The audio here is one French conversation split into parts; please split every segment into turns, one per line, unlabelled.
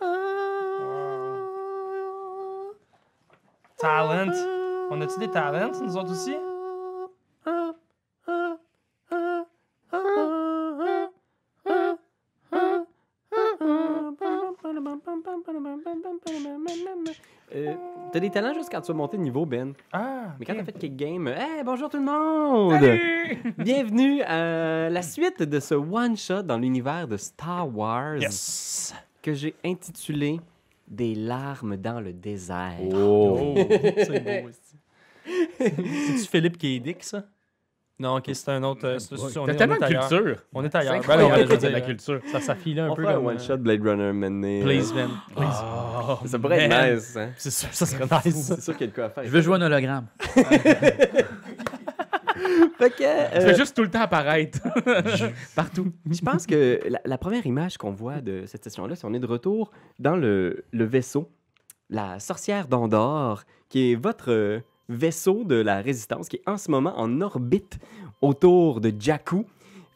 Ah. Talent. On a-tu des talents, nous autres aussi?
Euh, t'as des talents juste quand tu vas monter de niveau, Ben.
Ah!
Mais quand
ok.
t'as fait kick game, euh, hey, bonjour tout le monde!
Salut!
Bienvenue à la suite de ce one-shot dans l'univers de Star Wars
Yes!
que j'ai intitulé Des larmes dans le désert.
Oh! C'est beau aussi. C'est-tu Philippe Kédic, ça? Non, ok, c'est un autre. euh, c'est- c'est- on
T'as
est-
tellement
on
de
est ailleurs.
culture. Ah,
On est ailleurs.
C'est
Ben non, mais je veux
de
dire,
la culture.
Ça, ça file un
On
peu.
fait un
comme, euh,
one-shot Blade Runner maintenant.
Please, man. Please.
euh, Ça pourrait
man.
être nice, hein?
C'est sûr, ça serait nice. ça.
C'est sûr qu'il y a de quoi à faire.
Je veux jouer un hologramme.
Fait que,
Je
euh,
veux juste tout le temps apparaître. Partout.
Je pense que la, la première image qu'on voit de cette session-là, c'est on est de retour dans le, le vaisseau, la sorcière d'Andorre, qui est votre euh, vaisseau de la résistance, qui est en ce moment en orbite autour de Jakku.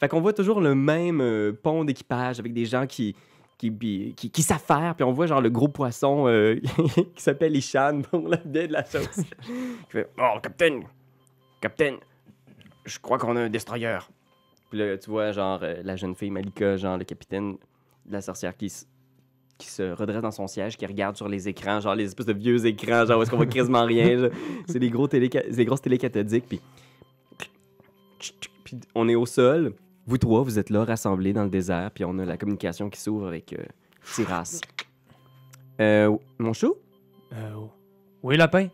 Fait qu'on voit toujours le même euh, pont d'équipage avec des gens qui qui, qui, qui- qui s'affairent, puis on voit genre le gros poisson euh, qui s'appelle Ishan pour la bien de la chose. qui fait « Oh, capitaine! Capitaine! Je crois qu'on a un destroyer! » Puis là, tu vois, genre, euh, la jeune fille Malika, genre, le capitaine de la sorcière qui, s- qui se redresse dans son siège, qui regarde sur les écrans, genre, les espèces de vieux écrans, genre, où est-ce qu'on voit quasiment rien, là. C'est des, gros télé, des grosses télé cathodiques, puis... Puis on est au sol. Vous trois, vous êtes là, rassemblés dans le désert, puis on a la communication qui s'ouvre avec euh, Tiras. Euh, mon chou,
Euh, oui, lapin.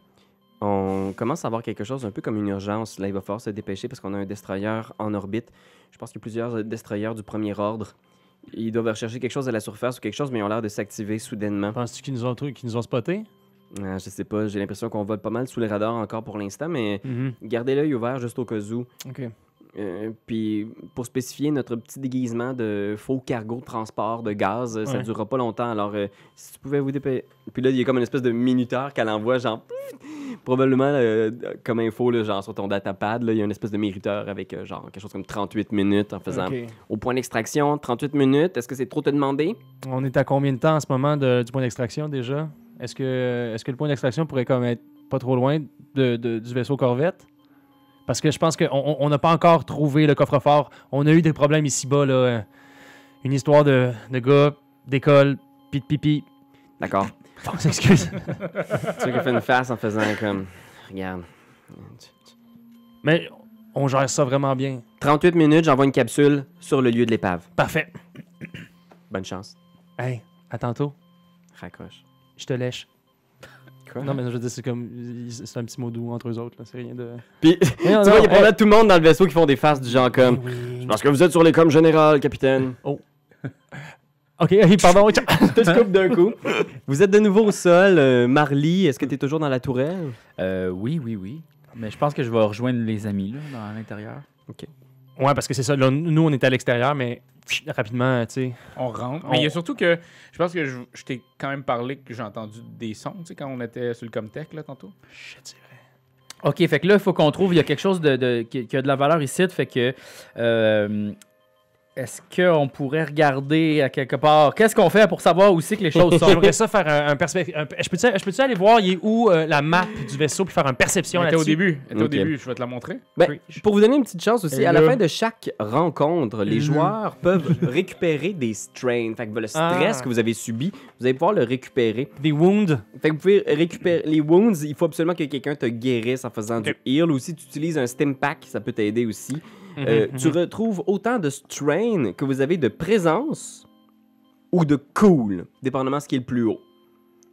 on commence à avoir quelque chose un peu comme une urgence. Là, il va falloir se dépêcher parce qu'on a un destroyer en orbite. Je pense qu'il y a plusieurs euh, destroyers du premier ordre. Ils doivent rechercher quelque chose à la surface ou quelque chose, mais ils ont l'air de s'activer soudainement.
Penses-tu qu'ils nous ont qu'ils nous ont spotés?
Euh, je sais pas, j'ai l'impression qu'on vole pas mal sous les radars encore pour l'instant, mais gardez l'œil ouvert juste au cas où.
Ok.
Euh, puis pour spécifier notre petit déguisement de faux cargo de transport de gaz, euh, ça
Ouais.
durera pas longtemps. Alors euh, si tu pouvais vous dépêcher. Puis là, il y a comme une espèce de minuteur qu'elle envoie, genre pfff, probablement euh, comme info, là, genre sur ton datapad, là, il y a une espèce de minuteur avec euh, genre quelque chose comme 38 minutes en faisant
Ok.
au point d'extraction, 38 minutes, est-ce que c'est trop te demander?
On est à combien de temps en ce moment de- du point d'extraction déjà? Est-ce que, est que le point d'extraction pourrait comme être pas trop loin de, de- du vaisseau Corvette? Parce que je pense qu'on on on n'a pas encore trouvé le coffre-fort. On a eu des problèmes ici-bas, là. euh, Une histoire de, de gars, d'école, pis de pipi.
D'accord.
On s'excuse.
tu sais qu'elle fait une face en faisant comme Regarde.
Mais on gère ça vraiment bien.
38 minutes, j'envoie une capsule sur le lieu de l'épave.
Parfait.
Bonne chance.
Hey, à tantôt.
Raccroche.
Je te lèche.
Quoi?
Non, mais je veux dire, c'est comme. C'est un petit mot doux entre eux autres, là. C'est rien de.
Puis,
Mais non,
Tu vois,
non, eh,
il y a pas
hey.
mal tout le monde dans le vaisseau qui font des faces du genre comme.
Oui.
Parce que vous êtes sur les coms générales, capitaine.
Ok, hey, pardon.
Je te coupe d'un coup. Vous êtes de nouveau au sol. euh, Marly, est-ce que tu es toujours dans la tourelle?
Euh, oui, oui, oui. Mais je pense que je vais rejoindre les amis là, dans- à l'intérieur.
Ouais, parce que c'est ça. là, nous, on était à l'extérieur, mais pfff, rapidement, euh, tu sais.
On rentre.
On-
Mais il y a surtout que je pense que je, je t'ai quand même parlé que j'ai entendu des sons, tu sais, quand on était sur le Comtech, là, tantôt.
OK, fait que là, il faut qu'on trouve, il y a quelque chose de, de- qui, qui a de la valeur ici, fait que... euh, est-ce qu'on pourrait regarder à quelque part? Qu'est-ce qu'on fait pour savoir où c'est que les choses sont?
J'aimerais ça faire un, perspective. je peux-tu je peux-tu aller voir il est où euh, la map du vaisseau puis faire une perception
On était au
là-dessus?
début. Elle était
Ok.
au début, je vais te la montrer.
Ben, pour vous donner une petite chance aussi,
Et
à la
là.
fin de chaque rencontre, les
Et là.
joueurs peuvent récupérer des strains. Fait que le stress
Ah.
que vous avez subi, vous allez pouvoir le récupérer.
Des wounds.
Fait que vous pouvez récupérer les wounds. Il faut absolument que quelqu'un te guérisse en faisant du heal. Ou si tu utilises un stim pack, ça peut t'aider aussi. Euh, tu retrouves autant de strain que vous avez de présence ou de cool, dépendamment ce qui est le plus haut.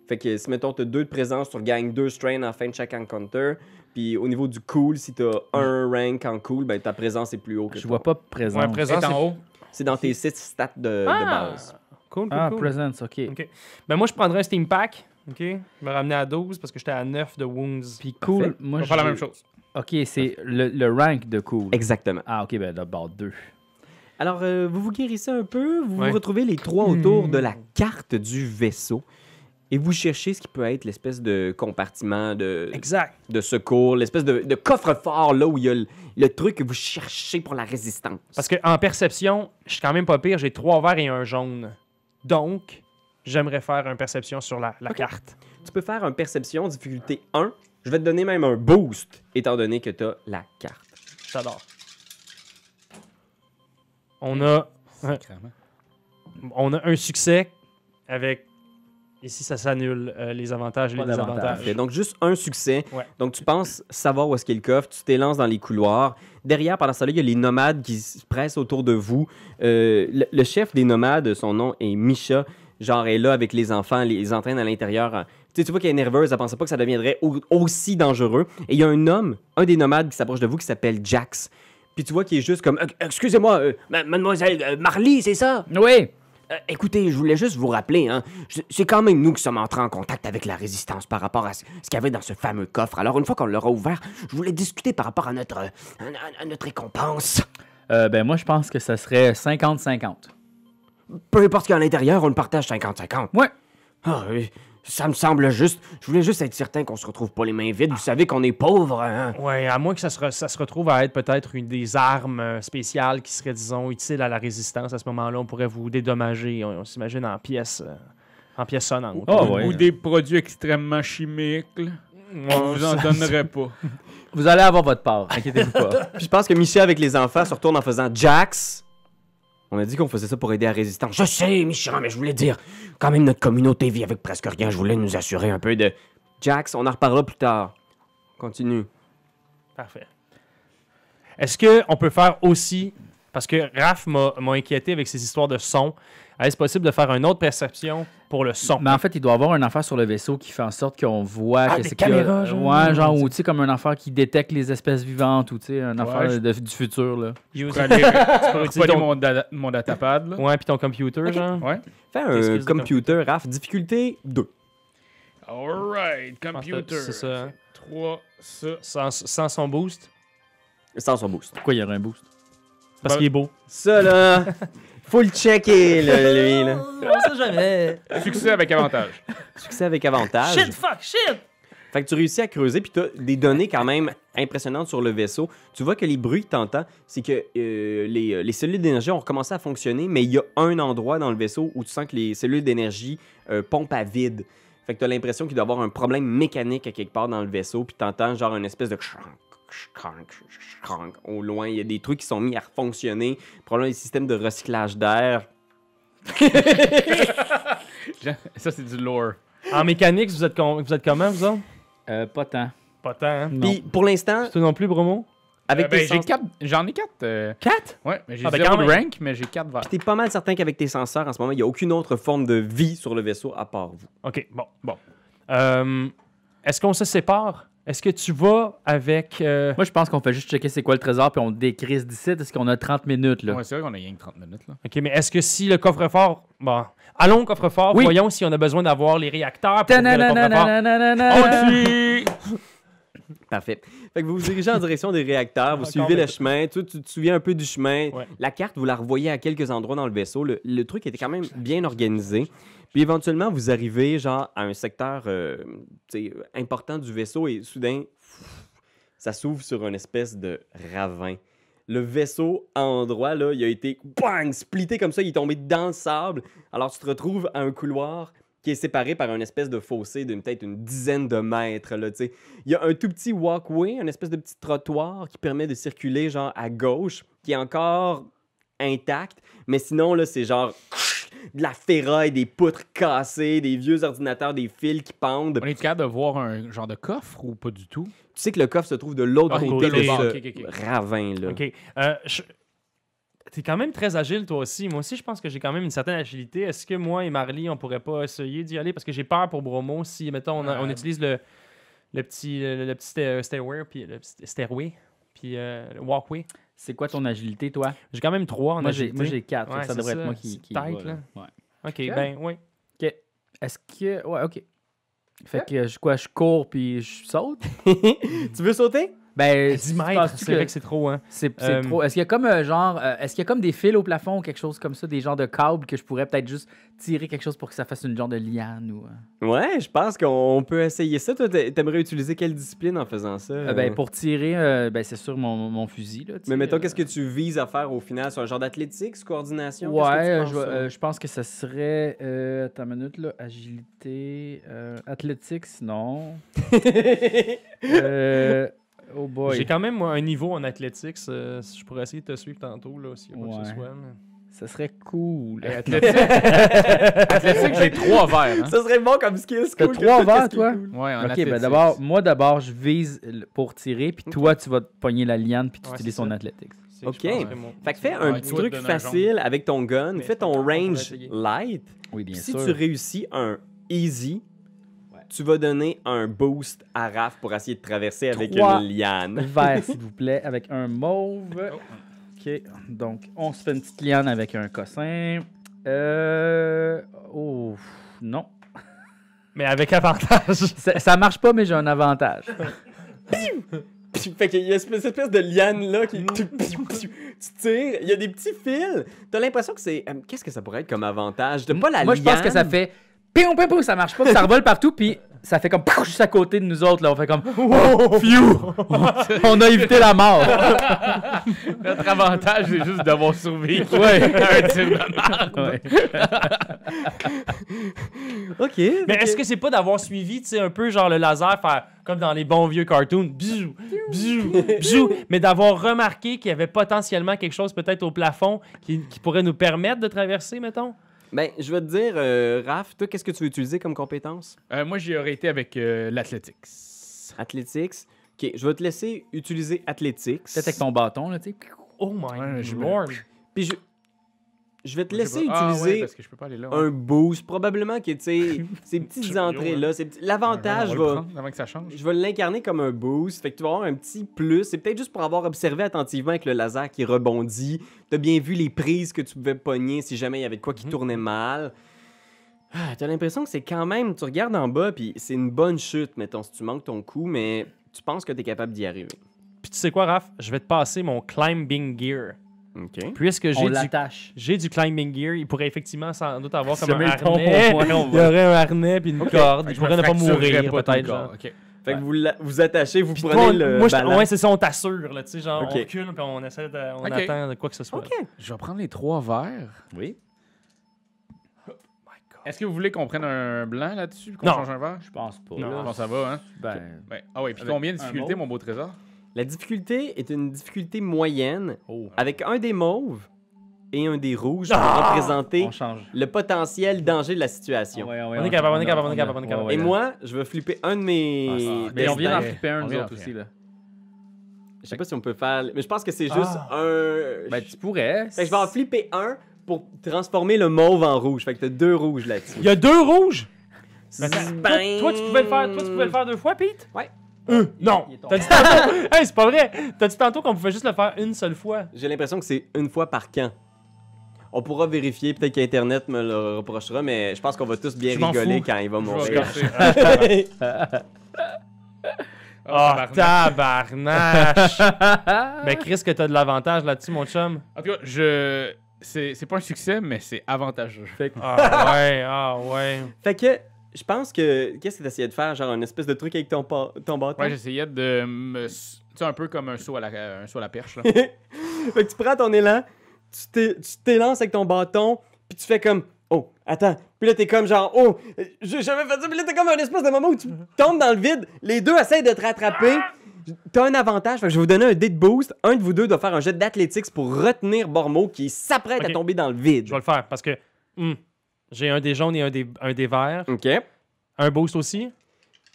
Fait que si mettons t'as deux de présence, tu regagnes deux strain en fin de chaque encounter. Puis au niveau du cool, si t'as un rank en cool, ben ta présence est plus haut que
Je
ton-
vois pas présence.
Ouais, présence.
C'est en haut.
C'est dans tes six stats de, de base.
Ah! Cool, cool,
Ah,
cool.
presence, OK.
Ben, moi, je prendrais un Steam Pack. OK. Je me ramener à 12 parce que j'étais à 9 de wounds.
Puis cool,
Parfait.
On
moi,
va faire la
je-
même chose.
OK, c'est le, le rank de cool.
Exactement.
Ah, OK, ben d'abord deux.
Alors, euh, vous vous guérissez un peu, vous
Ouais.
vous retrouvez les trois autour de la carte du vaisseau et vous cherchez ce qui peut être l'espèce de compartiment de,
Exact.
de secours, l'espèce de, de coffre-fort là où il y a le, le truc que vous cherchez pour la résistance.
Parce que en perception, je suis quand même pas pire. J'ai trois verts et un jaune. Donc, j'aimerais faire une perception sur la, la carte.
Tu peux faire un perception difficulté 1. Je vais te donner même un boost, étant donné que tu as la carte.
J'adore. On a,
Sacrément.
on a un succès avec. Ici, ça s'annule euh, les avantages et les
Pas d'avantages.
désavantages.
Parfait. Donc, juste un succès.
Ouais.
Donc, tu penses savoir où est-ce qu'est le coffre, tu t'élances dans les couloirs. Derrière, pendant ça, là il y a les nomades qui se pressent autour de vous. Euh, le, le chef des nomades, son nom est Misha. Genre, est là avec les enfants, les, les entraîne à l'intérieur. Tu sais, tu vois qu'elle est nerveuse, elle pensait pas que ça deviendrait au- aussi dangereux. Et il y a un homme, un des nomades qui s'approche de vous qui s'appelle Jax. Puis tu vois qu'il est juste comme Euh, Excusez-moi, euh, ma- mademoiselle euh, Marly, c'est ça
Oui.
euh, écoutez, je voulais juste vous rappeler, hein, je- c'est quand même nous qui sommes entrés en contact avec la résistance par rapport à ce, ce qu'il y avait dans ce fameux coffre. Alors, une fois qu'on l'aura ouvert, je voulais discuter par rapport à notre, euh, à- à- à notre récompense.
Euh, ben moi, je pense que ça serait 50-50.
Peu importe qu'il y a à l'intérieur, on le partage 50-50.
Ouais.
Ah oui, ça me semble juste. Je voulais juste être certain qu'on se retrouve pas les mains vides. Vous savez qu'on est pauvres, hein.
Ouais, à moins que ça se, re- ça se retrouve à être peut-être une des armes euh, spéciales qui serait, disons, utile à la résistance. À ce moment-là, on pourrait vous dédommager. On, on s'imagine en pièces, euh, en pièces sonnantes.
Ah
ou,
ouais.
ou des produits extrêmement chimiques. là. On vous en donnerait pas.
Vous allez avoir votre part, inquiétez-vous pas.
Puis je pense que Michel avec les enfants se retourne en faisant Jax. On a dit qu'on faisait ça pour aider la résistance. Je sais, Michel, mais je voulais dire, quand même, notre communauté vit avec presque rien. Je voulais nous assurer un peu de. Jax, on en reparlera plus tard. Continue.
Parfait. Est-ce qu'on peut faire aussi, parce que Raph m'a m'a inquiété avec ses histoires de son, euh, est-ce possible de faire une autre perception pour le son?
Mais en fait, il doit y avoir une affaire sur le vaisseau qui fait en sorte qu'on voit
Ah,
que
des
c'est qu'il y a-
caméras, genre.
Ouais, genre, ou tu sais, comme une affaire qui détecte les espèces vivantes, ou tu sais, une affaire
je-
de- du futur, là.
Use-
Pour aller
utiliser
voler
ton-
mon, da- mon datapad. Là.
Ouais, puis ton computer, genre.
Ouais.
Fais
Qu'est-ce que
un
c'est
computer, Raph. Difficulté 2.
Alright,
pense que
computer.
c'est ça, hein.
3, ça.
Sans, sans son boost.
Sans son boost.
Pourquoi il y aurait un boost?
Parce
Ben-
qu'il est beau.
Ça, là. faut le checker, là, lui, là.
On sait jamais.
Succès avec avantage.
Succès avec avantage.
fuck, shit!
Fait que tu réussis à creuser, puis tu as des données quand même impressionnantes sur le vaisseau. Tu vois que les bruits que tu entends, c'est que euh, les, euh, les cellules d'énergie ont recommencé à fonctionner, mais il y a un endroit dans le vaisseau où tu sens que les cellules d'énergie euh, pompent à vide. Fait que tu as l'impression qu'il doit y avoir un problème mécanique à quelque part dans le vaisseau, puis tu entends genre une espèce de crank, crank, crank au loin. Il y a des trucs qui sont mis à fonctionner, probablement les systèmes de recyclage d'air.
ça, c'est du lore.
En mécanique, vous êtes, com- vous êtes comment, vous autres?
Euh, pas tant.
Pas tant, hein?
Non.
Puis pour l'instant,
Toi non plus, Bromo?
avec
Euh, ben,
tes
j'ai
sens-
quatre- J'en ai 4.
Quatre?
Ouais, mais j'ai
Ah, ben,
zéro
quand
de
même.
rank, mais j'ai 4 verts.
T'es pas mal certain qu'avec tes senseurs, en ce moment, il n'y a aucune autre forme de vie sur le vaisseau à part vous.
OK, bon, bon. Euh, Est-ce qu'on se sépare? Est-ce que tu vas avec... euh,
Moi, je pense qu'on fait juste checker c'est quoi le trésor, puis on décrise d'ici. Est-ce qu'on a 30 minutes, là?
Ouais, c'est vrai qu'on a rien que 30 minutes. Là.
OK, mais est-ce que si le coffre-fort... Bon, allons au coffre-fort,
Oui.
voyons si on a besoin d'avoir les réacteurs pour ouvrir le coffre-fort.
Euh.
Ta-na-na-na-na-na-na-na.
Parfait. Fait que vous vous dirigez en direction des réacteurs, vous
Encore
suivez le
des-
chemin, tu, tu te souviens un peu du chemin.
Ouais.
La carte, vous la revoyez à quelques endroits dans le vaisseau. Le, le truc était quand même bien organisé. Puis éventuellement, vous arrivez genre à un secteur euh, tu sais, important du vaisseau et soudain, pff, ça s'ouvre sur une espèce de ravin. Le vaisseau à endroit, là, il a été bang, splitté comme ça, il est tombé dans le sable. Alors tu te retrouves à un couloir qui est séparé par une espèce de fossé d'une peut-être une dizaine de mètres, là, tu sais. Il y a un tout petit walkway, un espèce de petit trottoir qui permet de circuler genre à gauche, qui est encore intact, mais sinon là c'est genre de la ferraille, des poutres cassées, des vieux ordinateurs, des fils qui pendent.
On est capable de voir un genre de coffre ou pas du tout?
Tu sais que le coffre se trouve de l'autre
Ah, de
côté de
l'autre
ce
bord,
ok, ok, ok.
ravin là.
OK. Euh, je- T'es quand même très agile, toi aussi. Moi aussi, je pense que j'ai quand même une certaine agilité. Est-ce que moi et Marly, on pourrait pas essayer d'y aller? Parce que j'ai peur pour Bromo si, mettons, on, a- on
Euh,
utilise le, le petit, le, le petit sta- stairway, puis le petit stairway, puis euh, le walkway.
C'est quoi ton agilité, toi?
J'ai quand même trois en
Moi, j'ai
agilité.
moi, j'ai 4.
Ouais,
ça
c'est
devrait
ça,
être moi qui.
c'est
qui
tight,
va,
là.
Ouais.
OK, ben oui.
OK. Est-ce que. Ouais, OK. Fait que je, quoi, je cours puis je saute?
tu veux sauter
Ben,
10
tu
mètres,
penses-tu
c'est
que
vrai que c'est trop, hein?
c'est c'est
Euh,
trop. Est-ce qu'il y a comme euh, genre, euh, est-ce qu'il y a comme des fils au plafond ou quelque chose comme ça, des genres de câbles que je pourrais peut-être juste tirer quelque chose pour que ça fasse une genre de liane ou. euh,
Ouais, je pense qu'on peut essayer ça. Toi, t'a- t'aimerais utiliser quelle discipline en faisant ça?
Euh, ben, pour tirer, euh, ben, c'est sûr mon, mon fusil. Là, tu
Mais
sais,
mettons,
euh,
qu'est-ce que tu vises à faire au final? C'est un genre d'athlétique, coordination?
Ouais,
Qu'est-ce que tu
euh,
penses,
je, vois-
ça?
euh, je pense que ça serait. Euh, attends une minute, là. Agilité. euh, athlétique, non. Euh, oh
J'ai
boy.
quand même moi, un niveau en athlétique. euh, si je pourrais essayer de te suivre tantôt, là, s'il y a quoi que ce
Ouais.
soit. mais-
Ça serait cool.
Hey, athlétique. athlétique, j'ai trois verts. hein.
Ça serait bon comme skill.
T'as trois verres, toi?
Ouais, en
Ok,
athlétique.
ben d'abord, moi d'abord, je vise le- pour tirer, puis toi, tu vas te pogner la liane, puis tu
Ouais,
utilises
c'est
ton
ça.
athlétique.
C'est- je
Ok.
pense que mon-
Fait que fais
Ouais,
un
tu
petit
vas te
truc
donner un
facile avec ton gun.
Mais
Fais ton
on pourrait
range
essayer.
light.
Oui, bien
Puis si
sûr.
tu réussis un easy,
Ouais.
tu vas donner un boost à Raph pour essayer de traverser avec
Trois.
une liane.
Vert, s'il vous plaît, avec un mauve.
Oh.
Ok, donc on se fait une petite liane avec un cossin. Euh. Oh, non.
Mais avec avantage.
Ça, ça marche pas, mais j'ai un avantage.
Puis, fait qu'il y a cette espèce de liane-là qui... tu tires, il y a des petits fils. T'as l'impression que c'est... euh, Qu'est-ce que ça pourrait être comme avantage? T'as pas la
Moi, je pense que ça
liane.
fait. Pion, pion, pion, ça marche pas, puis ça revole partout, puis ça fait comme. pouf, Juste à côté de nous autres, là. On fait comme. Oh, phew! on a évité la mort.
Notre avantage, c'est juste d'avoir survécu à un tir de
Ouais.
OK.
Mais est-ce que c'est pas d'avoir suivi, tu sais, un peu genre le laser, faire comme dans les bons vieux cartoons, bisou, bisou, bisou, mais d'avoir remarqué qu'il y avait potentiellement quelque chose peut-être au plafond qui, qui pourrait nous permettre de traverser, mettons?
Ben, je vais te dire, euh, Raph, toi, qu'est-ce que tu veux utiliser comme compétence?
Euh, moi, j'y aurais été avec euh, l'athlétique.
Athletics. OK, je vais te laisser utiliser Athletics.
Peut-être avec ton bâton, là, tu sais.
Oh my
Ouais, je me-
lord!
Puis je... je vais te
Je sais
laisser
pas. Ah, ouais,
utiliser
parce que je peux pas aller là. hein. ouais.
un boost. Probablement que, tu sais, ces petites
Chariot,
entrées-là, ces petits- l'avantage
hein. On va le
va...
prendre avant que ça change.
Je vais l'incarner comme un boost, fait que tu vas avoir un petit plus. C'est peut-être juste pour avoir observé attentivement avec le laser qui rebondit. T'as bien vu les prises que tu pouvais pogner si jamais il y avait de quoi qui
Mhm.
tournait mal. Ah, t'as l'impression que c'est quand même... Tu regardes en bas, puis c'est une bonne chute, mettons, si tu manques ton coup, mais tu penses que t'es capable d'y arriver.
Puis tu sais quoi, Raph? Je vais te passer mon climbing gear.
OK.
Puisque
On
j'ai du
l'attache.
J'ai du climbing gear, il pourrait effectivement sans doute avoir
Se
comme un
met le ton
harnais.
au point, on
il y
va.
aurait un harnais puis une corde,
Fait
il
que je me
pourrait ne pas
fracturerais
mourir
pas tout
peut-être.
le corps,
genre.
ok.
Fait que vous la- vous attachez, vous
Puis
prenez
toi, on-
le
moi, je-
ballon.
ouais, c'est ça, on t'assure, là, tu sais, genre,
Ok.
on recule, puis on essaie de, on
Ok.
attend de quoi que ce soit.
OK.
Je vais prendre les trois verres.
Oui.
My God.
Est-ce que vous voulez qu'on prenne un blanc là-dessus puis qu'on
Non.
change un verre?
Je pense pas.
Non.
Je
là.
pense que ça va, hein?
Ben.
Ben, ah ouais, puis
Ah. Avec
combien de
un
difficultés,
mot.
mon beau trésor?
La difficulté est une difficulté moyenne,
Oh.
avec un des mauves et un des rouges pour
Ah!
représenter
On change.
le potentiel danger de la situation.
On est capable, on est capable, on est capable, on est capable.
Et moi, je vais flipper un de mes.
Ah,
Ah, Mais on vient
destins.
d'en flipper un,
On
nous
vient
autres
d'en
aussi, là.
Je sais pas si on peut faire. Mais je pense que c'est juste
Ah.
un.
Ben, tu pourrais.
Fait que je vais en flipper un pour transformer le mauve en rouge. Fait que t'as deux rouges là-dessus.
Il y a deux rouges!
Zbang.
Ben, Toi, toi, tu pouvais le faire, toi, tu pouvais le faire deux fois, Pete?
Ouais.
Euh, non!
Il est
T'as
tombé.
dit tantôt... hey, c'est pas vrai! T'as dit tantôt qu'on pouvait juste le faire une seule fois.
J'ai l'impression que c'est une fois par camp. On pourra vérifier, peut-être qu'Internet me le reprochera, mais je pense qu'on va tous bien
Je m'en
rigoler
fous.
quand il va
Je vais
mourir.
casser. Ah,
Ah,
Oh,
tabarnak.
tabarnache! Mais Chris, que t'as de l'avantage là-dessus, mon chum.
En tout cas, je... C'est c'est pas un succès, mais c'est avantageux.
Ah ouais, ah ouais.
Fait que je pense que. Qu'est-ce que t'essayais de faire Genre un espèce de truc avec ton, pa- ton bâton
Ouais, j'essayais de me... s- Tu sais, un peu comme un saut à la, un saut à la perche, là.
Fait que tu prends ton élan, tu t'é- tu t'élances avec ton bâton, puis tu fais comme Oh, attends. Puis là, t'es comme genre Oh, euh, j'ai jamais fait ça. Puis là, t'es comme un espèce de moment où tu tombes dans le vide. Les deux essayent de te rattraper. T'as un avantage. Fait que je vais vous donner un dé de boost. Un de vous deux doit faire un jet d'athlétics pour retenir Bormo qui s'apprête
Ok.
à tomber dans le
Je
vide.
vais le faire parce que hmm, j'ai un des jaunes et un des, un des verts.
Ok.
Un boost aussi.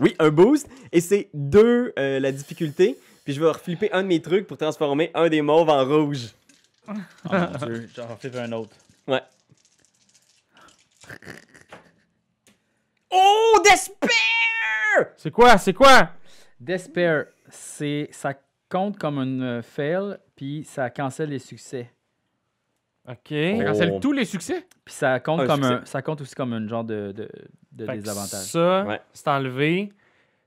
Oui, un boost. Et c'est deux euh, la difficulté. Puis je vais reflipper un de mes trucs pour transformer un des mauves en rouge.
Oh mon dieu, j'en fais un autre.
Ouais. Oh, Despair!
C'est quoi? C'est quoi?
Despair, c'est ça compte comme un euh, fail, puis ça cancelle les succès.
OK.
Ça
Oh.
cancelle tous les succès?
Puis ça compte
Un
comme
succès.
un, ça compte aussi comme un genre de, de, de
Fait que
désavantage.
Ça,
Ouais.
c'est enlevé.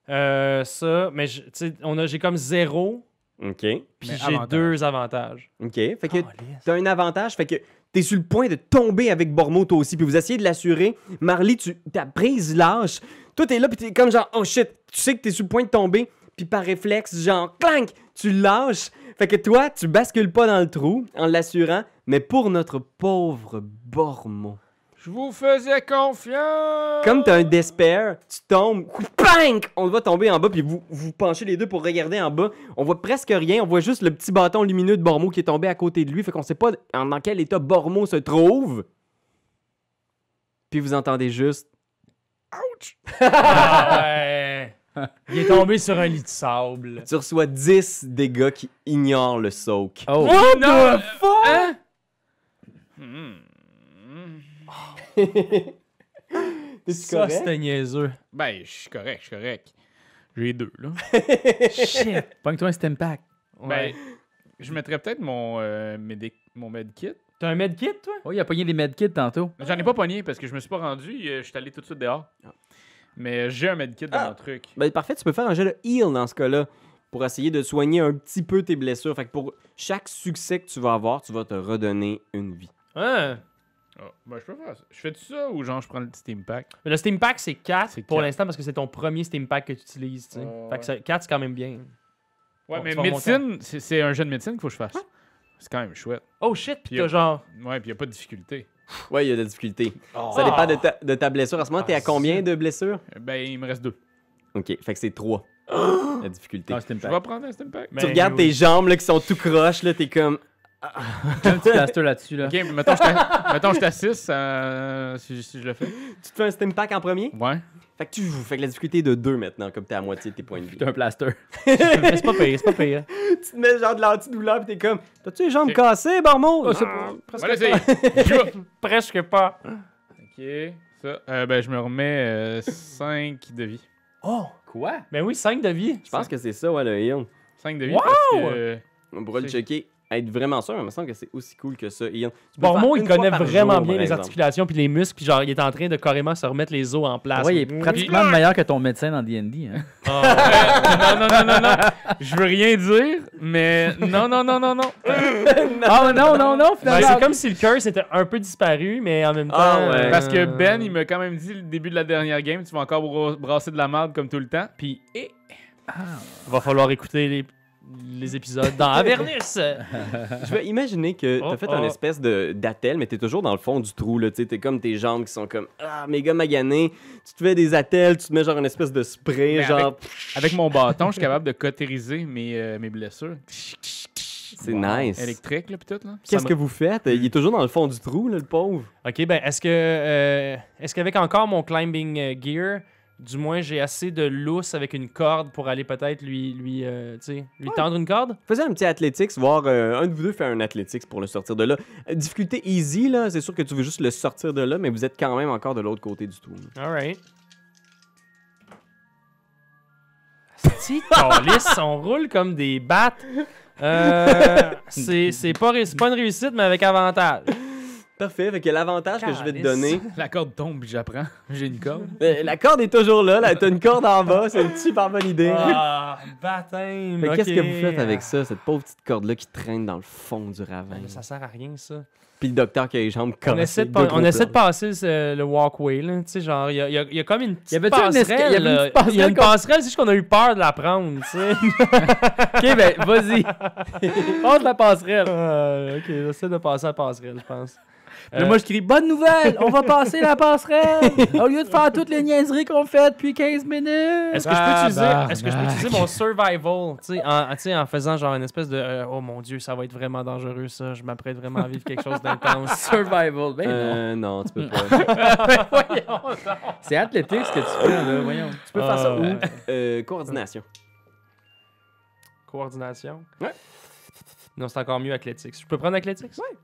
Euh, ça, mais je- tu sais, on a- j'ai comme zéro,
OK.
puis
Mais
j'ai
avantage.
deux avantages.
OK. Fait que
Calisse.
t'as un avantage, fait que t'es sur le point de tomber avec Bormo toi aussi, puis vous essayez de l'assurer. Marley, tu ta prise lâche. Toi t'es là puis t'es comme genre oh shit, tu sais que t'es sur le point de tomber, puis par réflexe genre clank, tu lâches. Fait que toi, tu bascules pas dans le trou en l'assurant, mais pour notre pauvre Bormo.
Je vous faisais confiance.
Comme t'as un despair, tu tombes, bang! On le voit tomber en bas, puis vous vous penchez les deux pour regarder en bas. On voit presque rien, on voit juste le petit bâton lumineux de Bormo qui est tombé à côté de lui, fait qu'on sait pas en- dans quel état Bormo se trouve. Puis vous entendez juste.
Ah ouais. Il est tombé sur un lit de sable.
Tu reçois 10 dégâts qui ignorent le soak.
Oh.
Non! Hein? Hmm,
T'es-tu
Ça, c'était niaiseux.
Ben, je suis correct, je suis correct. J'ai deux, là.
Shit. Pogne-toi un stem pack.
Ouais.
Ben, je mettrais peut-être mon, euh, medic- mon medkit.
T'as un medkit, toi?
Oh, il a pogné des medkits tantôt.
J'en ai pas pogné parce que je me suis pas rendu. euh, Je suis allé tout de suite dehors. Mais euh, j'ai un medkit dans
Ah.
mon truc.
Ben parfait, tu peux faire un jet de heal dans ce cas-là pour essayer de soigner un petit peu tes blessures. Fait que pour chaque succès que tu vas avoir, tu vas te redonner une vie.
Hein?
Ah, ben, je peux faire ça. Je fais ça ou genre je prends le petit team pack?
Mais Le Steam Pack, c'est 4
C'est
pour
quatre.
l'instant parce que c'est ton premier Steam Pack que tu utilises. tu sais.
Ouais,
fait
Oh, ouais.
que ça- 4, c'est quand même bien.
Ouais,
Bon,
mais
tu vas remonter.
médecine, c'est c'est un jeu de médecine qu'il faut que je fasse. C'est quand même chouette.
Oh shit, pis
Puis,
t'as
euh,
genre.
Ouais, puis y a pas de difficulté.
Ouais, il y a de la difficulté.
Oh.
Ça dépend de ta, de ta blessure. En ce moment,
Ah,
t'es à combien de blessures?
Euh, Ben, il me reste deux.
Ok, fait que c'est 3. la difficulté.
Ah, stem
Je
pack.
vais prendre un steam pack.
Mais-
tu regardes tes jambes là, qui sont tout croches, là, t'es comme.
J'ai un petit plaster là-dessus, là.
Ok, mettons, je t'a- mettons, je t'assiste euh, si, si je le fais.
Tu te fais un stem pack en premier?
Ouais.
Fait que tu fait que la difficulté est de 2 maintenant, comme t'es à moitié de tes points de vie.
J'ai un plaster.
Mais c'est pas payé, c'est pas payé.
tu te mets genre de l'antidouleur pis t'es comme. T'as-tu les jambes cassées, Barmon?
Ah,
Presque voilà, c'est. J'y vais.
Presque pas.
Ok, ça. Euh, ben, je me remets 5 de vie.
Oh!
Quoi?
Ben oui, 5 de vie.
Je pense que c'est ça, ouais, le heal.
5 de vie.
Wow!
parce que, euh,
On pourra le
C'est-
checker. Être vraiment sûr, mais il me semble que c'est aussi cool que ça, heal. Tu peux
Bormo,
le
il
faire une
connaît
fois par
vraiment
jour,
bien
par
les
exemple.
articulations puis les muscles, puis genre, il est en train de carrément se remettre les os en place. Mm.
ouais, il est pratiquement meilleur que ton médecin dans D&D. Hein?
Ah,
non, non, non, non, non. Je veux rien dire, mais
Euh.
non, non, non, non, non.
Ah non, non, non,
ben,
finalement.
c'est comme si le curse était un peu disparu, mais en même temps. euh,
Ah, ouais.
Parce que Ben, il m'a quand même dit le début de la dernière game, tu vas encore bro- brasser de la merde comme tout le temps. Puis, eh,
Ah. Va falloir écouter les, les épisodes dans Avernus.
Je vais imaginer que
Oh,
t'as fait
oh.
un espèce de d'attel, mais t'es toujours dans le fond du trou, là. Tu t'es comme tes jambes qui sont comme ah méga maganées. Tu te fais des attels, tu te mets genre une espèce de spray,
Mais
genre.
avec mon bâton, je suis capable de cautériser mes, euh, mes blessures
C'est nice.
électriques, là, pis tout, là.
Qu'est-ce
Ça me-
que vous faites Il est toujours dans le fond du trou, là, le pauvre.
Ok, ben est-ce que euh, est-ce qu'avec encore mon climbing euh, gear, du moins j'ai assez de lousse avec une corde pour aller peut-être lui lui euh, tu sais, lui tendre une corde
Faisais un petit athletics, voir euh, un de vous deux fait un athletics pour le sortir de là. Euh, difficulté easy, là. C'est sûr que tu veux juste le sortir de là, mais vous êtes quand même encore de l'autre côté du trou.
All right. Si câlisse, on roule comme des battes. Euh, c'est c'est pas ré- c'est pas une réussite mais avec avantage.
Parfait. Fait que l'avantage que je vais te
Calisse.
donner,
La corde tombe, puis j'apprends. J'ai une corde.
euh, la corde est toujours là. Là, t'as une corde en bas. C'est une super bonne idée.
Ah, baptême.
Fait que Qu'est-ce
ok.
que vous faites avec ça, cette pauvre petite corde-là qui traîne dans le fond du ravin?
Ça sert à rien ça.
Puis le docteur qui a les jambes cassées.
On essaie de,
deux
pas-
gros
on essaie de
plans.
passer ce- le walkway, là. Tu sais, genre, il y a, il y a- il y a comme une petite
avait-tu une esca-
passerelle.
il y avait une
là.
petite
Il y a une
passerelle qu'on-
passerelle, c'est juste qu'on a eu peur de la prendre, tu sais.
Ok, ben, vas-y. Passe la passerelle.
Euh, ok, j'essaie de passer la passerelle, je pense.
Puis là, moi, je crie Bonne nouvelle, on va passer la passerelle au lieu de faire toutes les niaiseries qu'on fait depuis 15 minutes.
Est-ce que, je peux utiliser,
Tabarnak.
est-ce que je peux utiliser mon survival, tu sais, en, tu sais, en faisant genre une espèce de euh, Oh mon Dieu, ça va être vraiment dangereux, ça. Je m'apprête vraiment à vivre quelque chose d'intense.
Survival, ben non.
Euh, non, tu peux pas. tu
C'est athlétique ce que tu fais, là, voyons.
peux faire ça
Ah,
ou
ouais.
euh, coordination.
Coordination.
Ouais.
Non, c'est encore mieux athlétique. Je peux prendre athlétique? Oui.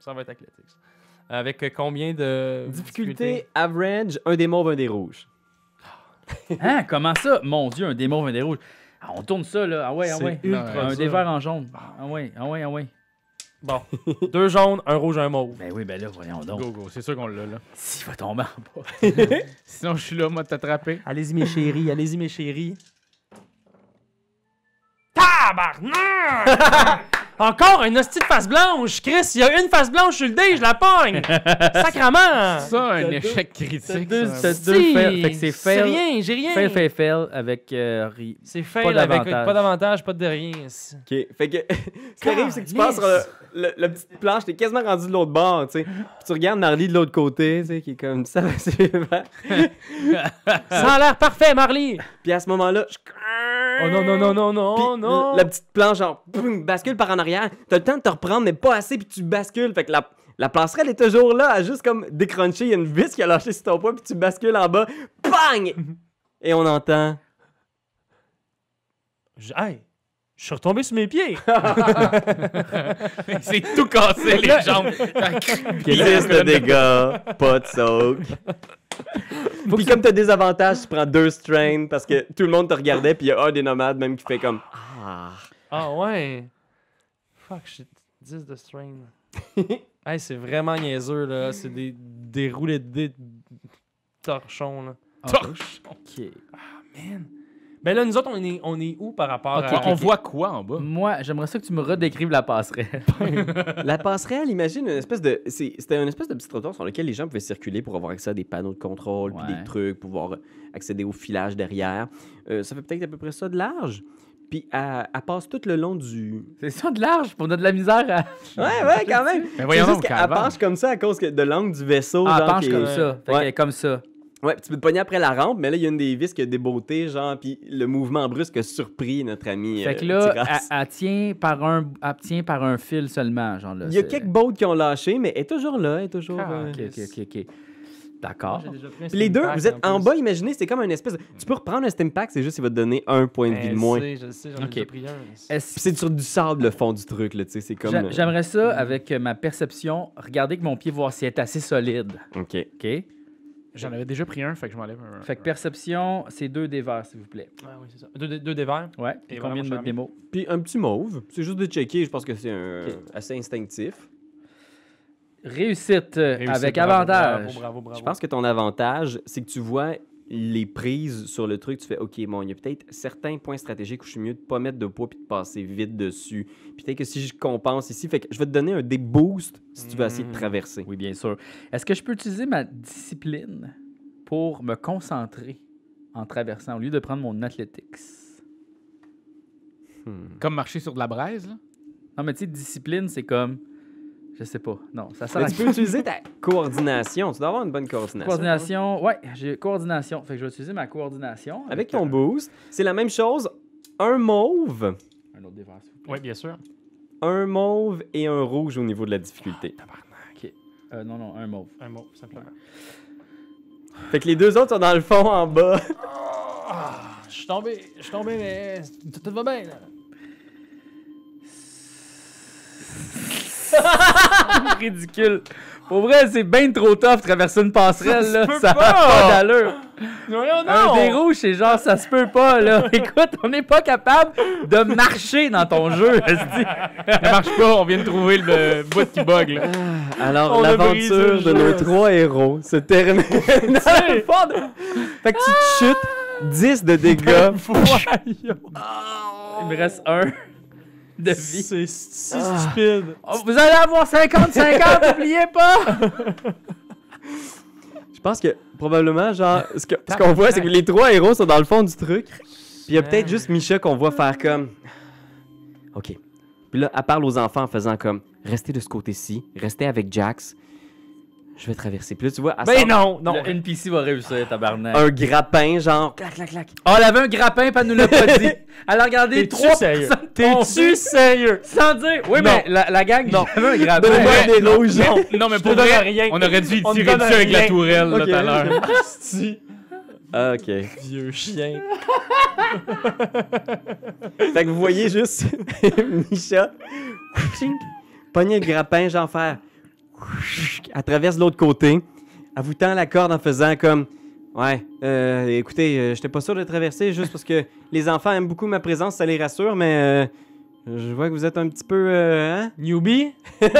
Ça va être athlétique. Avec euh, combien de.
Difficulté average, un des mauves, un des rouges.
Hein, comment ça? Mon Dieu, un des mauves, un des rouges. Ah, on tourne ça, là. Ah ouais, ah
C'est
ouais.
euh,
ultra
Un
dur.
des verts en jaune. Ah ouais, ah ouais, ah ouais.
Bon. Deux jaunes, un rouge, un mauve.
Ben oui, ben là, voyons donc.
Go, go, c'est sûr qu'on l'a là.
S'il va tomber en bas.
Sinon, je suis là, moi, de t'attraper.
Allez-y, mes chéris, allez-y, mes chéris. Tabarnak! Encore une hostie de face blanche! Chris, il y a une face blanche sur le dé, je la pogne! Sacrement!
Ça, un
deux-
échec critique.
deux-
ça.
t'as
Si,
deux fails. Fait que c'est fail.
rien, j'ai rien!
Fail, fail, fail avec euh, ri-
C'est fail avec
d'avantage.
pas d'avantage, pas de rien. C'est-
OK. Fait que ce qui arrive, c'est que tu passes
Calisse.
sur le, le- la petite planche, t'es quasiment rendu de l'autre bord, tu sais. Puis tu regardes Narly de l'autre côté, tu sais, qui est comme ça va suivant.
Ça a l'air parfait, Marley!
Puis à ce moment-là, je-
Oh non, non, non, non,
Puis
non, non!
La petite planche, genre, boum, bascule par en arrière. T'as le temps de te reprendre, mais pas assez, puis tu bascules. Fait que la, la passerelle est toujours là, à juste comme décrocher. Il y a une vis qui a lâché sur ton poids, puis tu bascules en bas. Bang! Et on entend.
Je- hey, je suis retombé sur mes pieds!
C'est tout cassé, les jambes.
Liste de dégâts, pas de soak. Puis comme t'as des avantages, tu prends deux strains parce que tout le monde te regardait, puis il y a un des nomades même qui fait comme. Ah.
Ah ouais! Fuck, je suis 10 de strain. hey, c'est vraiment niaiseux, là. C'est des, des roulés de dés de torchons, là.
Torche.
Ben là, nous autres, on est, on est où par rapport
Ok,
à...
Quoi, on voit quoi en bas?
Moi, j'aimerais ça que tu me redécrives la passerelle.
La passerelle, imagine une espèce de. c'est- C'était une espèce de petit trottoir sur lequel les gens pouvaient circuler pour avoir accès à des panneaux de contrôle, puis
Ouais.
des trucs, pouvoir accéder au filage derrière. Euh, ça fait peut-être à peu près ça de large. Puis elle, elle passe tout le long du.
C'est ça de large, puis on a de la misère à.
Ouais, ouais, quand même!
Mais
C'est
Ben, voyons
juste
donc,
qu'elle
Calvaire.
penche comme ça à cause que- de l'angle du vaisseau.
Ah,
genre,
penche
qui est-
comme ça. Fait
Ouais.
qu'elle est comme ça.
Ouais, puis tu peux te pogner après la rampe, mais là, il y a une des vis qui a débeauté, genre, puis le mouvement brusque a surpris notre ami.
Fait que
euh,
là,
Tiras.
elle, elle tient par un, elle tient par un fil seulement, genre là.
Il y a
c'est-
quelques boats qui ont lâché, mais elle est toujours là, elle est toujours.
Ah,
euh,
Ok, ok, ok, ok. D'accord.
Puis les deux, vous êtes en bas, imaginez, c'est comme une espèce. de- Tu peux reprendre un stem pack, c'est juste qu'il va te donner un point
Ben,
de vie de moins. Puis
Je sais, je sais, j'en
Ok.
ai déjà pris un.
Est-ce-
c'est sur du sable le fond du truc, là, tu sais, c'est comme. euh, mm.
J'a- J'aimerais ça, avec euh, ma perception, regarder avec mon pied, voir si elle est assez solide.
euh, Ok.
OK?
J'en avais déjà pris un, fait que je m'enlève un.
Fait que perception, c'est deux des verts, s'il vous plaît.
Ah oui, c'est ça. Deux, deux, deux des verts.
Ouais.
Et
Et
voilà,
combien de
mon cher
mots des mots?
Puis un petit mauve, c'est juste de checker, je pense que c'est un-
Ok.
assez instinctif.
Réussite, euh,
Réussi,
avec
bravo,
avantage.
Bravo, bravo, bravo.
Je pense que ton avantage, c'est que tu vois les prises sur le truc, tu fais OK, bon, il y a peut-être certains points stratégiques où je suis mieux de pas mettre de poids puis de passer vite dessus. Puis peut-être que si je compense ici, fait que je vais te donner un déboost si tu veux essayer de
Mm.
traverser.
Oui, bien sûr. Est-ce que je peux utiliser ma discipline pour me concentrer en traversant au lieu de prendre mon athletics?
Hmm.
Comme marcher sur de la braise, là.
Non, mais tu sais, discipline, c'est comme. Je sais pas. Non, ça sert
Mais
à
tu peux utiliser ta coordination, tu dois avoir une bonne coordination.
Coordination, ouais, j'ai coordination. Fait que je vais utiliser ma coordination.
Avec ton
un-
boost, c'est la même chose. Un mauve,
Un autre dévers, s'il vous plaît.
Oui, bien sûr.
un mauve et un rouge au niveau de la difficulté.
Euh, non, non, un mauve.
Un mot, simplement.
Fait que les deux autres sont dans le fond en bas.
Ah, je suis tombé, je suis tombé, mais tout, tout va bien, là.
Ridicule. Pour vrai, c'est bien trop tough traverser une passerelle,
se
là.
peut
Ça a
pas.
pas d'allure.
Non, non,
Un des rouges, c'est genre, ça se peut pas, là. Écoute, on n'est pas capable de marcher dans ton jeu, esti.
Ça marche pas, on vient de trouver le bout qui bug, là.
Alors,
On a brisé le
l'aventure de
jeu.
nos trois héros se termine. dans le fond de- Fait que tu te chutes 10 de dégâts.
Il me reste un de vie.
C'est si stupide.
Oh, vous allez avoir 50-50, n'oubliez pas!
Je pense que probablement, genre, ce que- ce qu'on voit, c'est que les trois héros sont dans le fond du truc. Puis il y a peut-être juste Micha qu'on voit faire comme. OK. Puis là, elle parle aux enfants en faisant comme Restez de ce côté-ci, restez avec Jax. Je vais traverser. Puis là, tu vois, elle
Ben
sort
non, non.
Le NPC va réussir, tabarnak.
un grappin, genre. clac, clac, clac.
Oh, elle avait un grappin, pas nous l'a pas dit. Elle a regardé
T'es-tu
trois
sérieux?
personnes tomber
T'es-tu sérieux?
sans dire. Oui,
Non.
mais la, la gang, non. un grappin.
Donne-moi
ouais,
des loges.
Non, non, mais
te
pour
donne
vrai,
rien.
on aurait dû y
On te
tirer
donne
dessus avec la
rien.
tourelle,
Ok.
là, tout à l'heure.
Si,
Ah, OK.
Ah, vieux chien.
Fait que vous voyez juste Micha chink, pogner le grappin, genre faire à travers de l'autre côté. Elle vous tend la corde en faisant comme Ouais, euh, écoutez, euh, j'étais pas sûr de traverser juste parce que les enfants aiment beaucoup ma présence, ça les rassure, mais euh, Je vois que vous êtes un petit peu. euh, hein?
Newbie?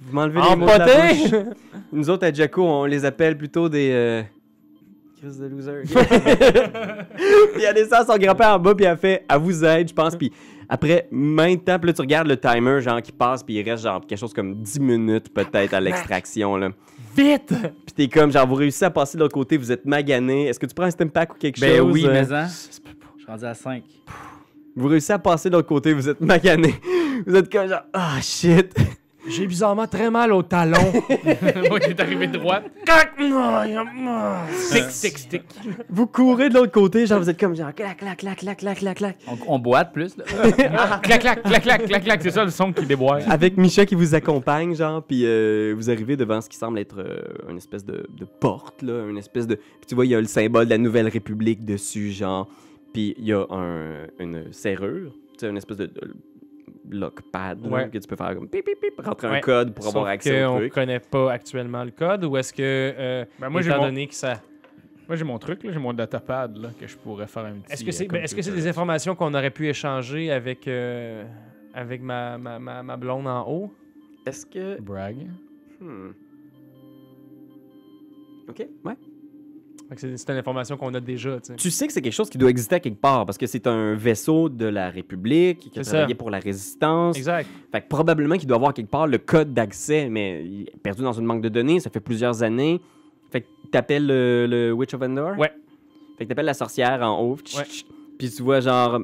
Vous m'enlevez les mots de la bouche.
Empoté?
Nous autres, à Jaco, on les appelle plutôt des. Euh... Chris de loser. puis elle descend son grand-père en bas, puis elle fait à vous aide, je pense. Puis après, maintenant, puis là, tu regardes le timer, genre, qui passe, puis il reste, genre, quelque chose comme 10 minutes, peut-être, à l'extraction, là.
Vite!
Puis t'es comme, genre, vous réussissez à passer de l'autre côté, vous êtes magané. Est-ce que tu prends un stem pack ou quelque
Ben
chose?
oui,
euh,
mais hein. Je suis rendu à 5.
Vous réussissez à passer de l'autre côté, vous êtes magané. Vous êtes comme, genre, ah, shit.
J'ai bizarrement très mal au talon.
Moi, qui est arrivé droite.
C'est
Tic, tic, tic.
Vous courez de l'autre côté, genre, vous êtes comme, genre, clac, clac, clac, clac, clac, clac, clac.
On, on boite plus. Là.
Clac, clac, clac, clac, clac, clac. C'est ça le son qui déboire.
avec Micha qui vous accompagne, genre, puis euh, vous arrivez devant ce qui semble être euh, une espèce de, de porte, là, une espèce de... Puis tu vois, il y a le symbole de la Nouvelle République dessus, genre, puis il y a un- une serrure, tu sais, une espèce de, de lockpad, là,
Ouais.
que tu peux faire comme pip, pip, pip, rentrer un
Ouais.
code pour avoir
Sauf
accès au
qu'on
truc.
connaît pas actuellement le code ou est-ce que, euh,
Ben, moi, j'ai
étant
mon-
donné que ça...
Moi, j'ai mon truc, là, j'ai mon datapad là, que je pourrais faire un petit.
Est-ce que c'est
euh,
est -ce que c'est
computer.
des informations qu'on aurait pu échanger avec, euh, avec ma, ma, ma, ma blonde en haut?
Est-ce que...
Brag.
hmm. OK, ouais.
Fait que C'est c'est une information qu'on a déjà, tu sais.
Tu sais que c'est quelque chose qui doit exister à quelque part, parce que c'est un vaisseau de la République qui a
C'est ça.
travaillé pour la Résistance.
Exact.
Fait que probablement qu'il doit avoir quelque part le code d'accès, mais il est perdu dans une banque de données, ça fait plusieurs années. Fait que t'appelles le, le Witch of Endor?
Ouais.
Fait que t'appelles la sorcière en haut. tch,
Ouais.
tch, Puis tu vois genre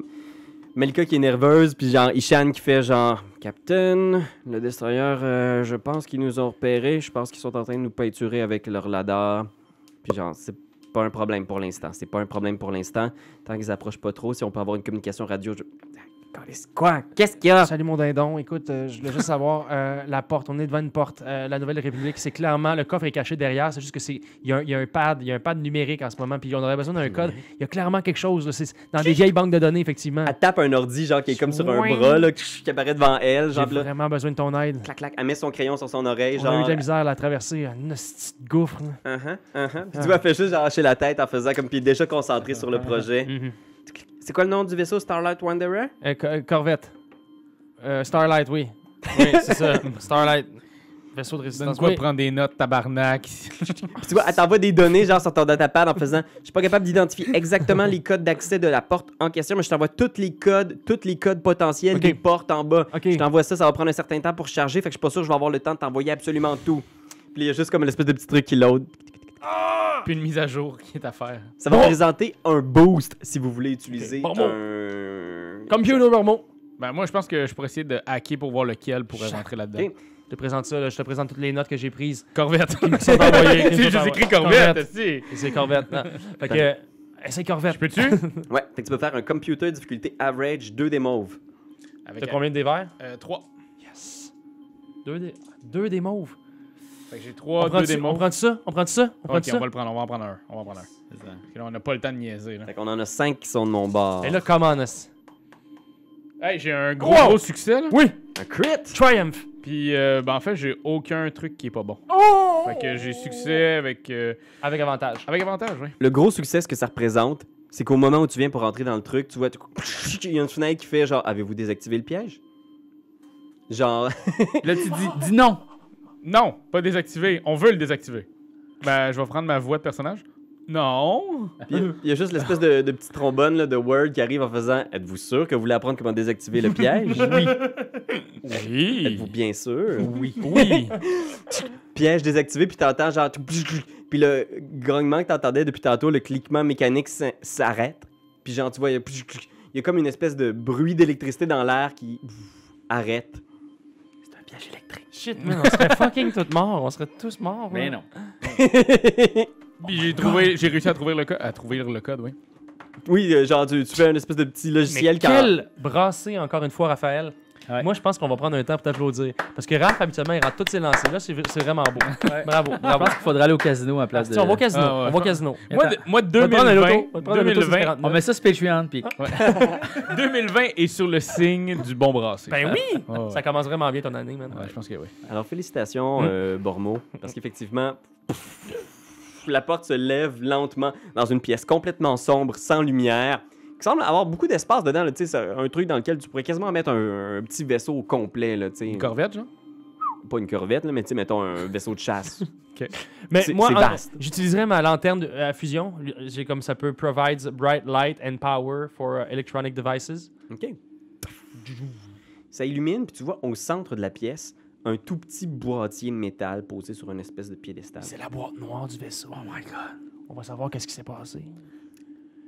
Melka qui est nerveuse, puis genre Ishan qui fait genre Captain, le destroyer, euh, je pense qu'ils nous ont repérés, je pense qu'ils sont en train de nous peinturer avec leur ladar. Puis genre, c'est pas un problème pour l'instant, c'est pas un problème pour l'instant. Tant qu'ils approchent pas trop, si on peut avoir une communication radio, je. Calisse, Quoi? Qu'est-ce qu'il y a?
Salut mon dindon, écoute, euh, je voulais juste savoir, euh, la porte, on est devant une porte, euh, la Nouvelle République, c'est clairement, le coffre est caché derrière, c'est juste que c'est, il y, a un- il y a un pad, il y a un pad numérique en ce moment, puis on aurait besoin d'un code, il y a clairement quelque chose, là, c'est dans des vieilles banques de données, effectivement.
Elle tape un ordi, genre, qui est comme sur un
Swing.
bras, là, qui apparaît devant elle,
J'ai
genre, puis là,
vraiment besoin de ton aide.
clac, clac, elle met son crayon sur son oreille,
On a eu
genre,
de la misère à la traverser, un hostie de gouffre. là.
uh-huh, uh-huh.
Ah.
Puis tu vois, elle fait juste, genre, hacher la tête en faisant comme, puis elle est déjà concentrée sur le projet.
Mm-hmm.
C'est quoi le nom du vaisseau Starlight Wanderer?
Euh, co- euh, corvette. Euh, Starlight, oui. Oui, c'est ça. Starlight. Vaisseau de résistance.
Donne-toi
Oui.
prendre des notes, tabarnak.
Puis tu vois, elle t'envoie des données, genre, sur ton datapad en faisant, je suis pas capable d'identifier exactement les codes d'accès de la porte en question, mais je t'envoie tous les codes, tous les codes potentiels
Ok.
des portes en bas.
Ok.
Je t'envoie ça, ça va prendre un certain temps pour charger, fait que je suis pas sûr que je vais avoir le temps de t'envoyer absolument tout. Puis il y a juste comme une espèce de petit truc qui load.
Ah!
Puis une mise à jour qui est à faire.
Ça va
Bon.
présenter un boost si vous voulez utiliser
Ok, bon mot.
un...
Computer Romo.
Ben, moi, je pense que je pourrais essayer de hacker pour voir lequel pourrait rentrer là-dedans.
Ok.
Je te présente ça, là. je te présente toutes les notes que j'ai prises.
Corvette.
Qui me sont envoyées.
Tu sais, j'ai écrit Corvette. esti.
Et C'est Corvette. non. Fait que. euh, Essaye Corvette.
Peux-tu?
Ouais, fait que tu peux faire un computer difficulté average 2 des mauves.
Avec euh,
T'as combien de dévers
3.
Yes. Deux des, deux des mauves. Oh,
Fait que j'ai
On
3,
prend,
2
ça,
démons.
on prend ça, on prend ça, on prend
Ok,
ça.
on va le prendre, on va en prendre un. On va en prendre un. Parce que là, on n'a pas le temps de niaiser. Là.
Fait qu'on en a 5 qui sont de mon bord.
Et là, comment est
Hey, j'ai un gros,
Wow!
gros succès. Là.
Oui,
Un crit!
Triumph.
Puis, euh, ben, en fait, j'ai aucun truc qui est pas bon.
Oh!
Fait que j'ai succès avec, euh,
Avec avantage.
avec avantage, oui.
Le gros succès, ce que ça représente, c'est qu'au moment où tu viens pour entrer dans le truc, tu vois, tu- il y a une fenêtre qui fait genre, avez-vous désactivé le piège? Genre,
Là, tu dis, dis non.
Non, pas désactivé. On veut le désactiver. Ben, je vais prendre ma voix de personnage. Non.
puis il y a juste l'espèce de, de petit trombone là, de Word qui arrive en faisant Êtes-vous sûr que vous voulez apprendre comment désactiver le piège
Oui.
Êtes-vous bien sûr
Oui. Oui.
piège désactivé, puis t'entends genre. tout- Puis le grognement que t'entendais depuis tantôt, le cliquement mécanique s'in- s'arrête. Puis genre, tu vois, il y, a... il y a comme une espèce de bruit d'électricité dans l'air qui arrête. C'est un piège électrique.
Shit, man, on serait fucking tous morts. On serait tous morts.
Mais
là.
non.
Puis j'ai trouvé, j'ai réussi à trouver le code, à trouver le code, oui.
oui, euh, genre, tu, tu fais un espèce de petit
Mais
logiciel qui en-
quel brassé, encore une fois, Raphaël.
Ouais.
Moi, je pense qu'on va prendre un temps pour t'applaudir. Parce que Raph, habituellement, il rate toutes ses lancers. Là, c'est c'est vraiment beau. Bravo,
Je
bravo.
pense qu'il faudrait aller au casino à la place de.
Tiens, On va au casino.
Ah ouais.
On va au casino.
Moi,
Attends.
de- moi
On va te prendre un
2020,
auto. On va te prendre un auto, c'est Ah,
2020,
49.
On met ça sur Patreon, puis.
2020 est sur le signe du bon brassé.
Ben oui!
Ah, ouais.
Ça commence vraiment bien ton année, man.
Ouais, je pense que oui.
Alors, félicitations, euh, Bormo, parce qu'effectivement, pff, la porte se lève lentement dans une pièce complètement sombre, sans lumière, qui semble avoir beaucoup d'espace dedans. là, tu sais, c'est un truc dans lequel tu pourrais quasiment mettre un, un petit vaisseau complet. Là, tu sais.
Une corvette, genre
Pas une corvette, là, mais tu sais, mettons un vaisseau de chasse.
Mais
C'est-
moi,
c'est
en-
vaste.
j'utiliserais ma lanterne de- à fusion. J'ai comme ça peut provides bright light and power for uh, electronic devices.
OK. Ça illumine, puis tu vois au centre de la pièce un tout petit boîtier de métal posé sur une espèce de piédestal.
la boîte noire du vaisseau. Oh my god. On va savoir qu'est-ce qui s'est passé.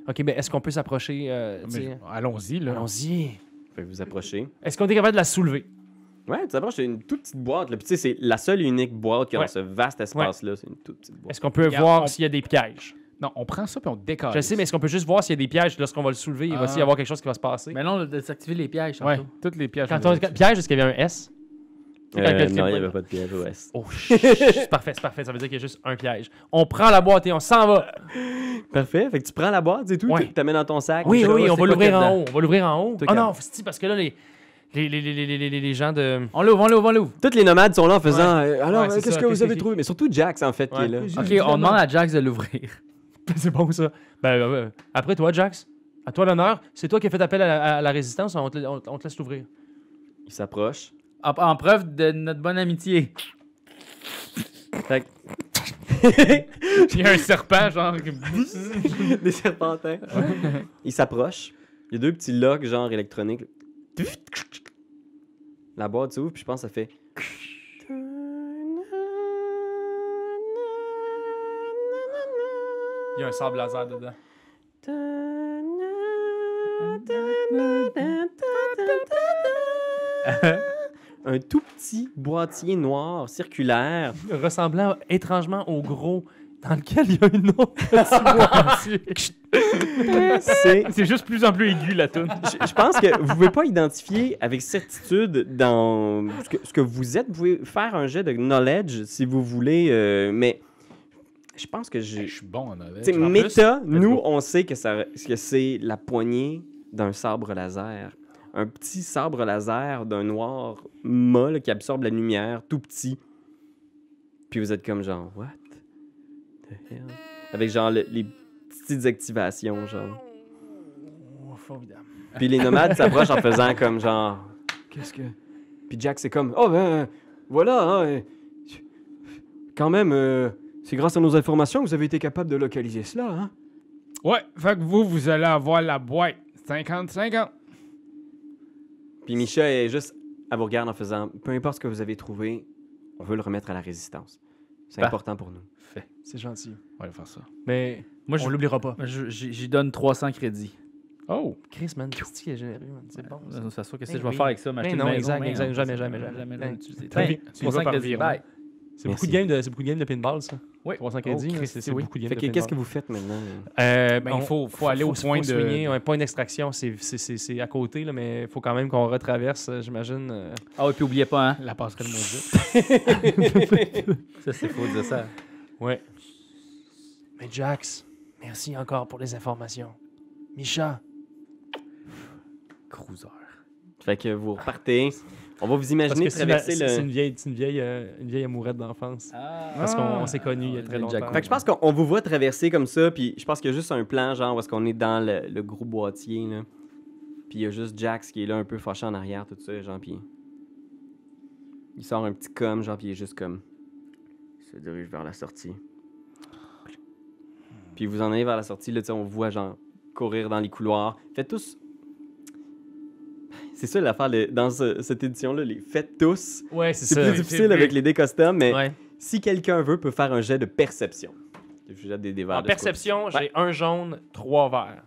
Ok, mais est-ce qu'on peut s'approcher euh, tu sais,
Mais Allons-y, là.
Allons-y.
Fait que vous approchez.
Est-ce qu'on est capable de la soulever
Ouais, tu t'approches, c'est une toute petite boîte. Là. Puis tu sais, c'est la seule et unique boîte qu'il y a
Ouais.
dans ce vaste espace-là. C'est une toute petite boîte.
Est-ce qu'on peut
Regarde,
voir
on-
s'il y a des pièges
Non, on prend ça puis on décale.
Je sais, mais est-ce qu'on peut juste voir s'il y a des pièges lorsqu'on va le soulever Il va
Ah.
s'y avoir quelque chose qui va se passer.
Mais là, on a désactivé les pièges.
Ouais,
tantôt.
toutes les pièges.
Quand
on
on
les a
quand- piège, est-ce qu'il y avait un S
Euh,
Quand quelqu'un-
non, il n'y avait pas de piège OS.
Oh, chut, c'est parfait, c'est parfait. Ça veut dire qu'il y a juste un piège. On prend la boîte et on s'en va.
Parfait. Fait que tu prends la boîte et tout,
Ouais.
tu la mets dans ton sac.
Oui,
tu-
oui, on
c'est
va
quoi qu'il y
l'ouvrir
a
en
dedans?
haut. On va l'ouvrir en haut.
Toi,
Ah
Cam.
non, c'est parce que là, les, les, les, les, les, les- les- les gens de.
On l'ouvre, on l'ouvre, on l'ouvre.
Toutes les nomades sont là en faisant euh, Alors,
Ouais, c'est
euh, qu'est-ce
ça,
que vous
qu'est-ce
avez
qui-
trouvé Mais surtout Jax, en fait, qui est là.
Ouais.
Ok,
Évidemment.
on demande à Jax de l'ouvrir.
c'est bon, ça. Ben, euh, euh, après, toi, Jax, à toi l'honneur. C'est toi qui as fait appel à la, à la résistance. On te, on- on te laisse l'ouvrir.
Il s'approche.
En, en preuve de notre bonne amitié.
Fait que-
Il y a un serpent, genre.
des serpentins. Il s'approche. Il y a deux petits locks, genre électroniques. La boîte s'ouvre, puis je pense que ça fait.
Il y a un sable laser dedans.
Un tout petit boîtier noir circulaire.
Ressemblant étrangement au gros dans lequel il y a une autre petite boîte.
C'est
C'est juste plus en plus aigu, la toune.
je, je pense que vous pouvez pas identifier avec certitude dans ce que, ce que vous êtes. Vous pouvez faire un jet de knowledge si vous voulez, euh, mais je pense que
Je
j'ai.
suis bon en avec.
Tu sais,
Euh, En plus,
méta, nous,
go.
on sait que, ça, que c'est la poignée d'un sabre laser. Un petit sabre laser d'un noir molle qui absorbe la lumière, tout petit. Puis vous êtes comme genre, what the hell? Avec genre le- les petites activations, genre.
Oh, formidable.
Puis les nomades s'approchent en faisant comme genre. Qu'est-ce que. Puis Jack, c'est comme. Oh, ben. euh, voilà, hein, euh, Quand même, euh, c'est grâce à nos informations que vous avez été capable de localiser cela, hein.
Ouais, fait que vous, vous allez avoir la boîte. 50-50.
Puis Micha est juste. Elle vous regarde en faisant. Peu importe ce que vous avez trouvé, on veut le remettre à la résistance. C'est
Bah.
important pour nous.
C'est gentil.
On va faire ça.
Mais
Moi,
on
je-
l'oubliera pas.
je- j'y j'y donne 300 crédits.
Oh!
Chris, man, c'est qui est généreux, man. C'est bon. ça.
Ça ça se voit, qu'est-ce
Eh
que je vais
oui.
faire avec ça, m'acheter
Eh
une
non,
maison,
exact,
mais
exact,
non,
jamais,
ça,
jamais, jamais.
jamais,
Ben,
l'utiliser.
t'as
Tiens,
vu, tu y
300
vas par
crédits,
virement.
bye.
Merci.
C'est beaucoup de games de, c'est beaucoup de games de pinball, ça.
Oui.
300 crédits,
Oh,
hein,
Christ,
c'est c'est
oui.
beaucoup de games
Fait
de
que
pinball.
qu'est-ce que vous faites maintenant?
Euh,
Ben,
on-
il faut, faut aller au point
faut
de.
swinguer, ouais, point d'extraction, c'est- c'est c'est- c'est à côté, là, mais il faut quand même qu'on retraverse, euh, j'imagine. euh.
Ah oui, puis oubliez pas, hein.
La passerelle maudite.
Ça, c'est faux de dire ça.
Ouais. Mais Jax, merci encore pour les informations. Micha,
Cruiser.
Fait que vous repartez. On va vous
parce
imaginer
que c'est ma- c'est
traverser
c'est
le.
une vieille, c'est une vieille, euh, une vieille amourette d'enfance.
Ah.
Parce qu'on
Ah.
on s'est connus il y a
Ah,
très
le
longtemps.
Jack-
Fait que je pense qu'on on vous voit traverser comme ça, puis je pense qu'il y a juste un plan, genre, où est-ce qu'on est dans le, le gros boîtier, là. Puis il y a juste Jax qui est là, un peu fâché en arrière, tout ça, genre, puis... Il sort un petit com, genre, puis il est juste comme... Il se dirige vers la sortie. Puis vous en allez vers la sortie, là, tu sais, on vous voit, genre, courir dans les couloirs. Faites tous... C'est ça l'affaire, le- dans ce- cette édition-là, les faites tous.
Ouais, c'est
C'est
ça.
plus
ouais.
difficile avec les dés custom, mais...
Ouais.
Si quelqu'un veut, peut faire un jet de perception. Je jette Bah, des dés verts
En
de ce
perception, j'ai
Ouais.
un jaune, trois verts.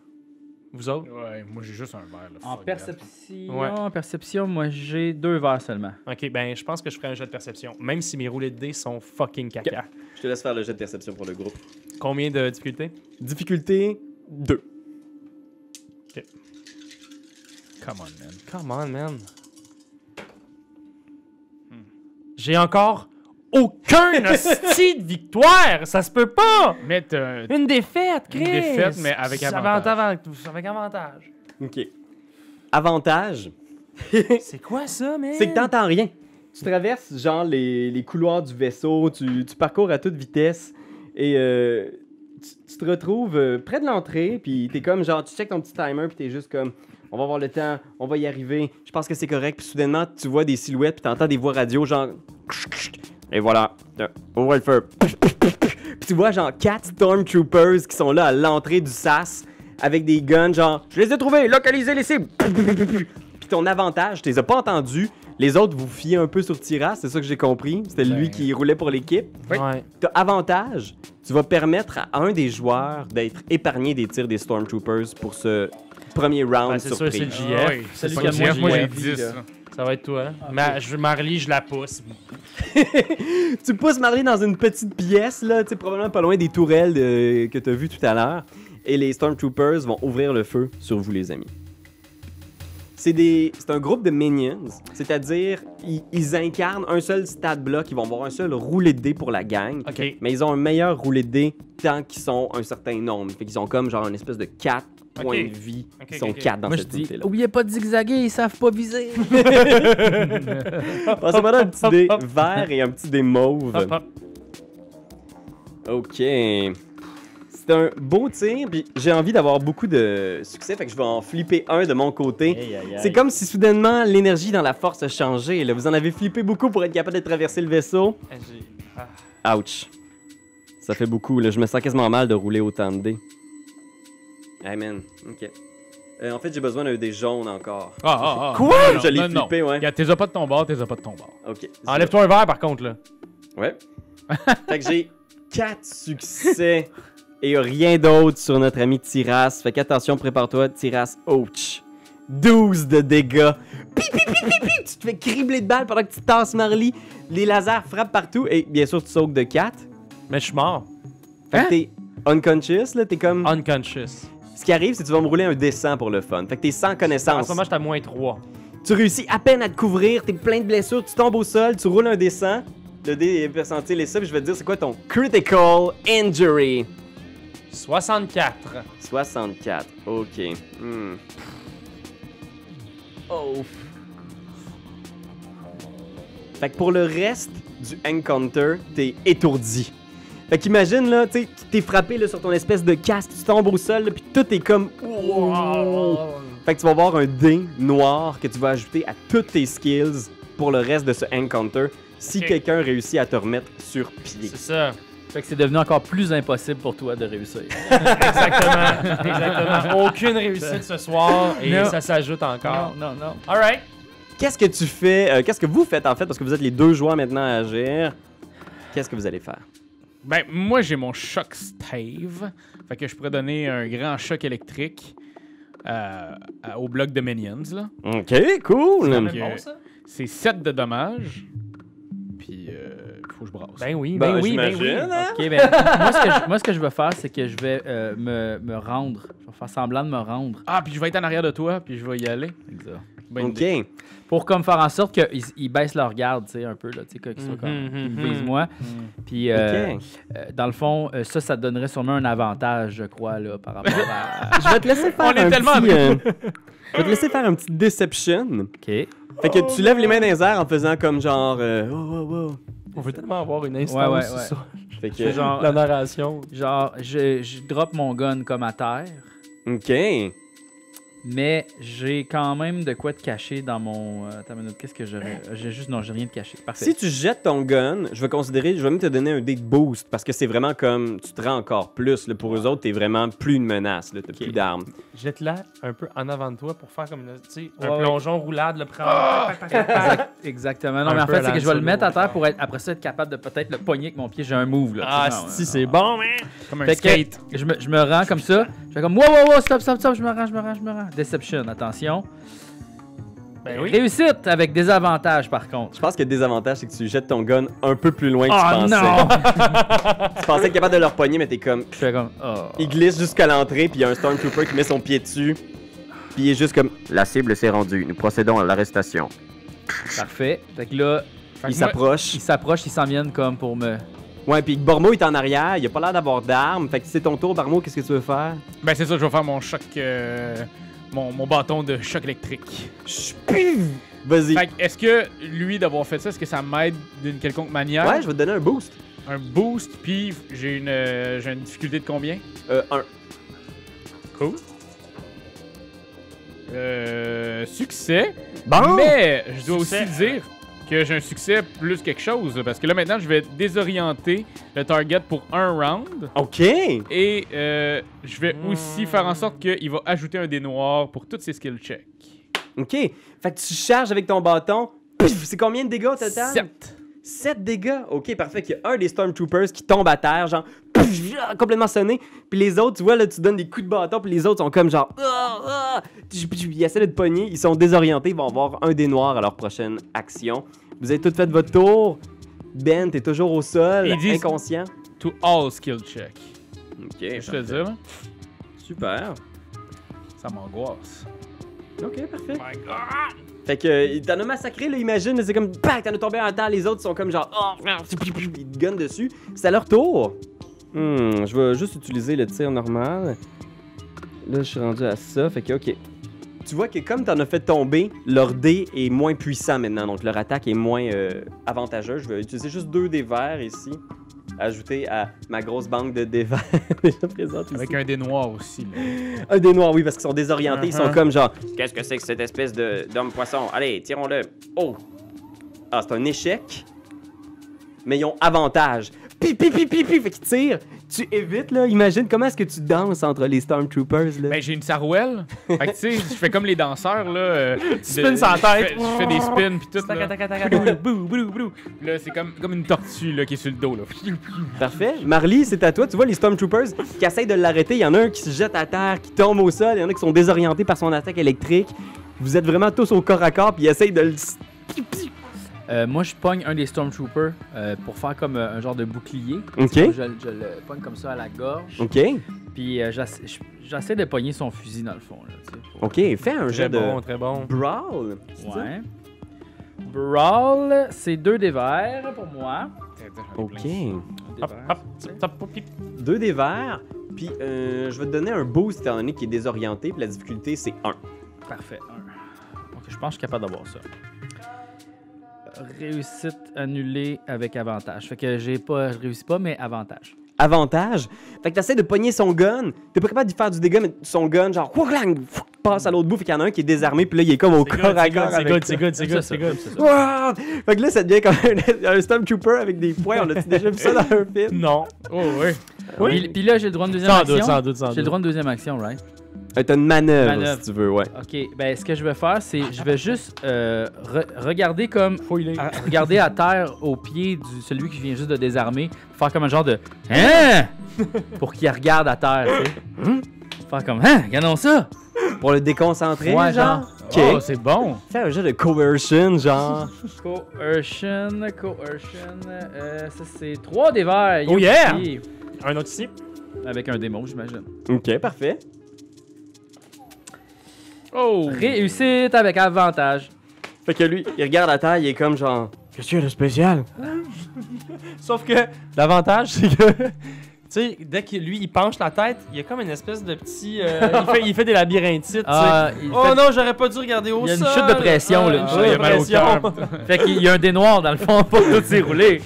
Vous autres?
Ouais, moi j'ai juste un verre. Là,
En
fuck that.
perception,
Ouais.
en perception, moi, j'ai deux verres seulement.
Ok, ben je pense que je ferai un jeu de perception, même si mes roulés de dés sont fucking caca.
côté. Je te laisse faire le jet de perception pour le groupe.
Combien de difficultés?
Difficulté 2.
Come on, man.
Come on, man. J'ai encore aucune hostie de victoire! Ça se peut pas!
Mais t'as-
Une défaite, Chris!
Une défaite, mais avec avantage.
avantage. Avec avantage.
OK. Avantage,
C'est quoi ça, man?
c'est que t'entends rien. Tu traverses, genre, les, les couloirs du vaisseau, tu, tu parcours à toute vitesse, et euh, tu, tu te retrouves euh, près de l'entrée, puis t'es comme genre, tu check ton petit timer, puis t'es juste comme, on va avoir le temps, on va y arriver, je pense que c'est correct, puis soudainement, tu vois des silhouettes, puis t'entends des voix radio, genre, et voilà, Euh, ouvrez le feu. Puis tu vois, genre, quatre Stormtroopers qui sont là à l'entrée du SAS avec des guns, genre, je les ai trouvés, localisez les cibles. Puis ton avantage, tu les as pas entendus. Les autres vous fiez un peu sur Tira, c'est ça que j'ai compris. C'était
Ben.
lui qui roulait pour l'équipe.
Oui.
Ouais.
T'as avantage, tu vas permettre à un des joueurs d'être épargné des tirs des Stormtroopers pour ce premier round
Ben, c'est sûr,
surprise.
c'est le JF.
Ah oui,
Celui
pas
qui a
le
moins
GF, moi j'ai
de
10.
vie, là.
là.
Ça va être toi. hein? Ma, je, Marley, je la pousse.
tu pousses Marley dans une petite pièce, là, tu sais, probablement pas loin des tourelles de- que t'as vues tout à l'heure. Et les Stormtroopers vont ouvrir le feu sur vous, les amis. C'est des... c'est un groupe de minions, c'est-à-dire ils, ils incarnent un seul stat block, ils vont avoir un seul roulé de dés pour la gang.
Ok.
Mais ils ont un meilleur roulé de dés tant qu'ils sont un certain nombre. Fait qu'ils ont comme genre une espèce de 4
Ok.
points de vie.
Ok,
ils sont
ok, ok.
4 dans
Moi, je
cette
dis,
unité-là.
oubliez pas de zigzaguer, ils savent pas viser.
Passez-moi un petit
hop,
dé
hop.
vert et un petit dé mauve.
Hop, hop.
Ok. C'est un beau tir, puis j'ai envie d'avoir beaucoup de succès, fait que je vais en flipper un de mon côté. C'est comme si soudainement l'énergie dans la force a changé. Là. Vous en avez flippé beaucoup pour être capable de traverser le vaisseau.
Eh, ah.
Ouch. Ça fait beaucoup, là. Je me sens quasiment mal de rouler autant de dés. Hey man, ok. Euh, en fait, j'ai besoin d'un dé jaune encore.
Ah, ah, ah.
Quoi?
Non,
Je l'ai
non, non.
flippé, ouais.
Regarde, t'es pas de ton bord, t'es pas de ton bord.
Ok.
Enlève-toi un verre, par contre, là.
Ouais. fait que j'ai 4 succès et rien d'autre sur notre ami Tiras. Fait qu'attention, prépare-toi, Tiras Ouch. 12 de dégâts. Pi, pi, pi, pi, pi. Tu te fais cribler de balles pendant que tu tasses Marley. Les lasers frappent partout et bien sûr, tu sautes de 4.
Mais je suis mort.
Fait
Hein?
que t'es unconscious, là. T'es comme.
Ah. Unconscious.
Ce qui arrive, c'est que tu vas me rouler un dessin pour le fun. Fait que t'es sans
En
connaissance.
ce moment, j'étais à moins 3.
Tu réussis à peine à te couvrir, t'es plein de blessures, tu tombes au sol, tu roules un dessin. Le dé est percentile et ça, puis je vais te dire c'est quoi ton critical injury.
64.
64, ok. Hmm. Oh. Fait que pour le reste du encounter, t'es étourdi. Fait qu'imagine là, tu sais, tu t'es frappé là, sur ton espèce de casque, tu tombes au sol, là, puis tout est comme. Fait que tu vas avoir un dé noir que tu vas ajouter à toutes tes skills pour le reste de ce encounter si
Ok.
quelqu'un réussit à te remettre sur pied.
C'est ça.
Fait que c'est devenu encore plus impossible pour toi de réussir.
Exactement. Exactement. Aucune réussite ce soir et
Non.
ça s'ajoute encore.
non, non.
Alright.
Qu'est-ce que tu fais euh, Qu'est-ce que vous faites en fait Parce que vous êtes les deux joueurs maintenant à agir. Qu'est-ce que vous allez faire
Ben, moi, j'ai mon choc stave. Fait que je pourrais donner un grand choc électrique euh, à- au bloc de Minions. là.
Ok, cool.
Ben
même- bon, ça. C'est 7 de dommages. Puis, euh, faut que je brasse.
Ben oui, ben,
Ben,
oui, ben oui.
j'imagine, hein?
Ok, ben, moi, ce que je, moi, ce que je vais faire, c'est que je vais euh, me, me rendre. Je vais faire semblant de me rendre.
Ah, puis je vais être en arrière de toi, puis je vais y aller. Ben, Bonne
Ok.
idée.
Pour comme faire en sorte qu'ils ils baissent leur garde, tu sais, un peu, là, tu sais, qu'ils soient
Mhm,
comme. Ils me
mhm.
visent moi. Puis, euh, euh, dans le fond, euh, ça, ça te donnerait sûrement un avantage, je crois, là, par rapport à.
Je vais te laisser faire
On est
un
tellement
petit, euh, Je vais te laisser faire un petit deception.
Ok.
Fait que
Oh
tu lèves les mains dans les airs en faisant comme genre. euh, oh, oh,
On veut tellement avoir une instance
Ouais, ouais,
sur
ouais.
ça.
oh. Fait
C'est
que.
genre,
La narration.
genre je, je drop mon gun comme à terre,
Ok.
mais j'ai quand même de quoi te cacher dans mon. euh, Attends une minute, qu'est-ce que j'aurais. J'ai juste. Non, j'ai rien de caché. Parfait.
Si tu jettes ton gun, je vais considérer, je vais même te donner un dé de boost parce que c'est vraiment comme tu te rends encore plus. là. pour eux autres, t'es vraiment plus une menace. là. T'as plus d'armes.
Jette-la un peu en avant de toi pour faire comme une- tu sais, un
Ouais, ouais.
plongeon roulade, le prendre. Pac, pac, pac, pac, pac.
Exactement. Non,
Un
mais en
peu
fait,
à
c'est que je vais le
l'Han
mettre à
Solo,
terre pour être, après ça être capable de peut-être le pogner avec mon pied. J'ai un move, là.
Ah,
tu sais, non,
si,
non,
c'est
non.
bon, man.
Comme un
Fait
skate.
que je me, je me rends comme ça. Je fais comme wow, wow, wow, stop, stop, stop, je me rends, je me rends, je me rends. Deception, attention.
Ben oui.
Réussite avec des avantages, par contre.
Je pense que le désavantage, c'est que tu jettes ton gun un peu plus loin que
Oh
tu pensais.
non!
Tu pensais être capable de leur pogner, mais t'es comme.
je fais comme. Oh.
Il glisse jusqu'à l'entrée, puis il y a un Stormtrooper qui met son pied dessus. Puis il est juste comme. La cible s'est rendue. Nous procédons à l'arrestation.
Parfait. Fait que là,
Fait que
Il
moi-
s'approche.
ils s'approchent, ils s'en viennent comme pour me.
Ouais, puis Bormo est en arrière. Il a pas l'air d'avoir d'armes. Fait que c'est ton tour, Bormo. Qu'est-ce que tu veux faire?
Ben, c'est ça, je vais faire mon choc. euh, mon, mon bâton de choc électrique.
Chpiouf! Vas-y.
Fait que, est-ce que lui d'avoir fait ça, est-ce que ça m'aide d'une quelconque manière?
Ouais, je vais te donner un boost.
un boost, puis j'ai une, euh, j'ai une difficulté de combien
Euh, un.
Cool. Euh, succès.
Bon!
Mais je dois
Succès.
aussi dire que j'ai un succès plus quelque chose, parce que là maintenant, je vais désorienter le target pour un round.
OK!
Et euh, je vais aussi faire en sorte qu'il va ajouter un dé noir pour toutes ses skill checks.
OK. Fait que tu charges avec ton bâton. Pif! C'est combien de dégâts au total?
Sept.
7 dégâts. OK, parfait. Il y a un des Stormtroopers qui tombe à terre, genre pff, ah, complètement sonné. Puis les autres, tu vois, là, tu donnes des coups de bâton, puis les autres sont comme genre. Ah, ah. Tch, tch, Ils essaient de te pogner, ils sont désorientés, ils vont avoir un des noirs à leur prochaine action. Vous avez toutes fait votre tour. Ben, t'es toujours au sol,
Ils disent-
inconscient.
To all skill check.
Eh
OK,
ben,
je te dis, là,
super.
ça m'angoisse.
OK, parfait. Fait que euh, il t'en a massacré, là, imagine, c'est comme bang, t'en as tombé un temps, les autres sont comme genre oh, ah, tch, tch, tch, ils te gunnent dessus. C'est à leur tour. Hmm, je vais juste utiliser le tir normal. Là, je suis rendu à ça, fait que OK. Tu vois que comme t'en as fait tomber, leur dé est moins puissant maintenant, donc leur attaque est moins euh, avantageuse. Je vais utiliser juste deux dés verts ici, ajouter à ma grosse banque de dés verts déjà présente ici.
Avec un dé noir aussi. là.
Un Ah, des noirs, oui, parce qu'ils sont désorientés. Ils sont
Mhm.
comme genre, qu'est-ce que c'est que cette espèce de- d'homme-poisson? Allez, tirons-le. Oh! Ah, c'est un échec. Mais ils ont avantage. Pi, pi, pi, pi, pi. Fait qu'ils tirent. Tu évites, là. Imagine comment est-ce que tu danses entre les Stormtroopers, là.
Ben, j'ai une sarouelle. fait que, tu sais, je fais comme les danseurs, là. euh, de-
spins sur la
je fais-
tête.
Je fais des spins, puis tout. Là,
Bou, bou, bou.
Puis là c'est comme, comme une tortue, là, qui est sur le dos, là.
Parfait. Marley, c'est à toi. Tu vois les Stormtroopers qui essayent de l'arrêter. Il y en a un qui se jette à terre, qui tombe au sol. Il y en a qui sont désorientés par son attaque électrique. Vous êtes vraiment tous au corps à corps, puis ils essayent de le...
Euh, moi, je pogne un des Stormtroopers euh, pour faire comme euh, un genre de bouclier.
OK.
Je, je le pogne comme ça à la gorge.
OK.
Puis euh, j'essa- je- j'essaie de pogner son fusil dans le fond. Là, tu sais, pour-
OK. Fais un
Très
jeu de...
bon, très bon.
Brawl. c'est ça?
Ouais. Brawl, c'est deux des verts pour moi.
Ok.
Un des
Hop,
verts.
hop, tip, tap, pou, pip.
Deux des verts, puis euh, je vais te donner un boost étant donné qu'il est désorienté, puis la difficulté c'est 1.
Parfait. un. Donc, je pense que je suis capable d'avoir ça. Réussite annulée avec avantage. Fait que j'ai pas, je réussis pas, mais avantage.
Avantage, fait que t'essaies de pogner son gun, t'es pas capable de faire du dégât, mais son gun, genre, wouaglang, fou, passe à l'autre bout, fait qu'il y en a un qui est désarmé, puis là il est comme au
C'est
corps
good,
à
c'est
corps.
good, c'est
avec
good,
ça.
c'est good, c'est
Comme
good, c'est
ça, ça,
good.
comme ça, ça.
Wow! Fait que là, ça devient comme un, un Stormtrooper avec des poings. On a déjà vu ça dans un film?
Non.
Oh, ouais.
Puis, puis là, j'ai le droit de deuxième
Sans
action.
doute, sans doute, sans
J'ai le
doute.
droit de deuxième action, right?
Euh, T'as une manœuvre,
Manœuvre.
si tu veux, ouais.
Ok, ben ce que je vais faire, c'est je vais juste euh, re- regarder comme
Ah,
à- regarder à terre au pied de celui qui vient juste de désarmer, faire comme un genre de hein pour qu'il regarde à terre, tu sais. Faire comme hein, regardons ça.
Pour le déconcentrer,
Ouais,
genre.
genre.
Ok.
Oh, c'est bon.
Fais un jeu de coercion, genre.
Coercion, coercion, euh, ça c'est 3 des verts.
Oh,
Youpi.
yeah! Un autre ici.
Avec un démon, j'imagine.
ok, parfait.
Oh.
Réussite avec avantage.
Fait que lui, il regarde à terre, il est comme genre. Qu'est-ce qu'il y a de spécial?
Sauf que l'avantage, c'est que. Tu sais, dès que lui, il penche la tête, il y a comme une espèce de petit. euh, il, fait, il fait des labyrinthites, tu sais.
Ah, il
oh
fait-
non, j'aurais pas dû regarder au
Il y a
sol. Ah,
une chute de pression, là, une chute
ouais,
de pression.
cœur.
Fait qu'il y a un dé noir dans le fond pour tout s'érouler.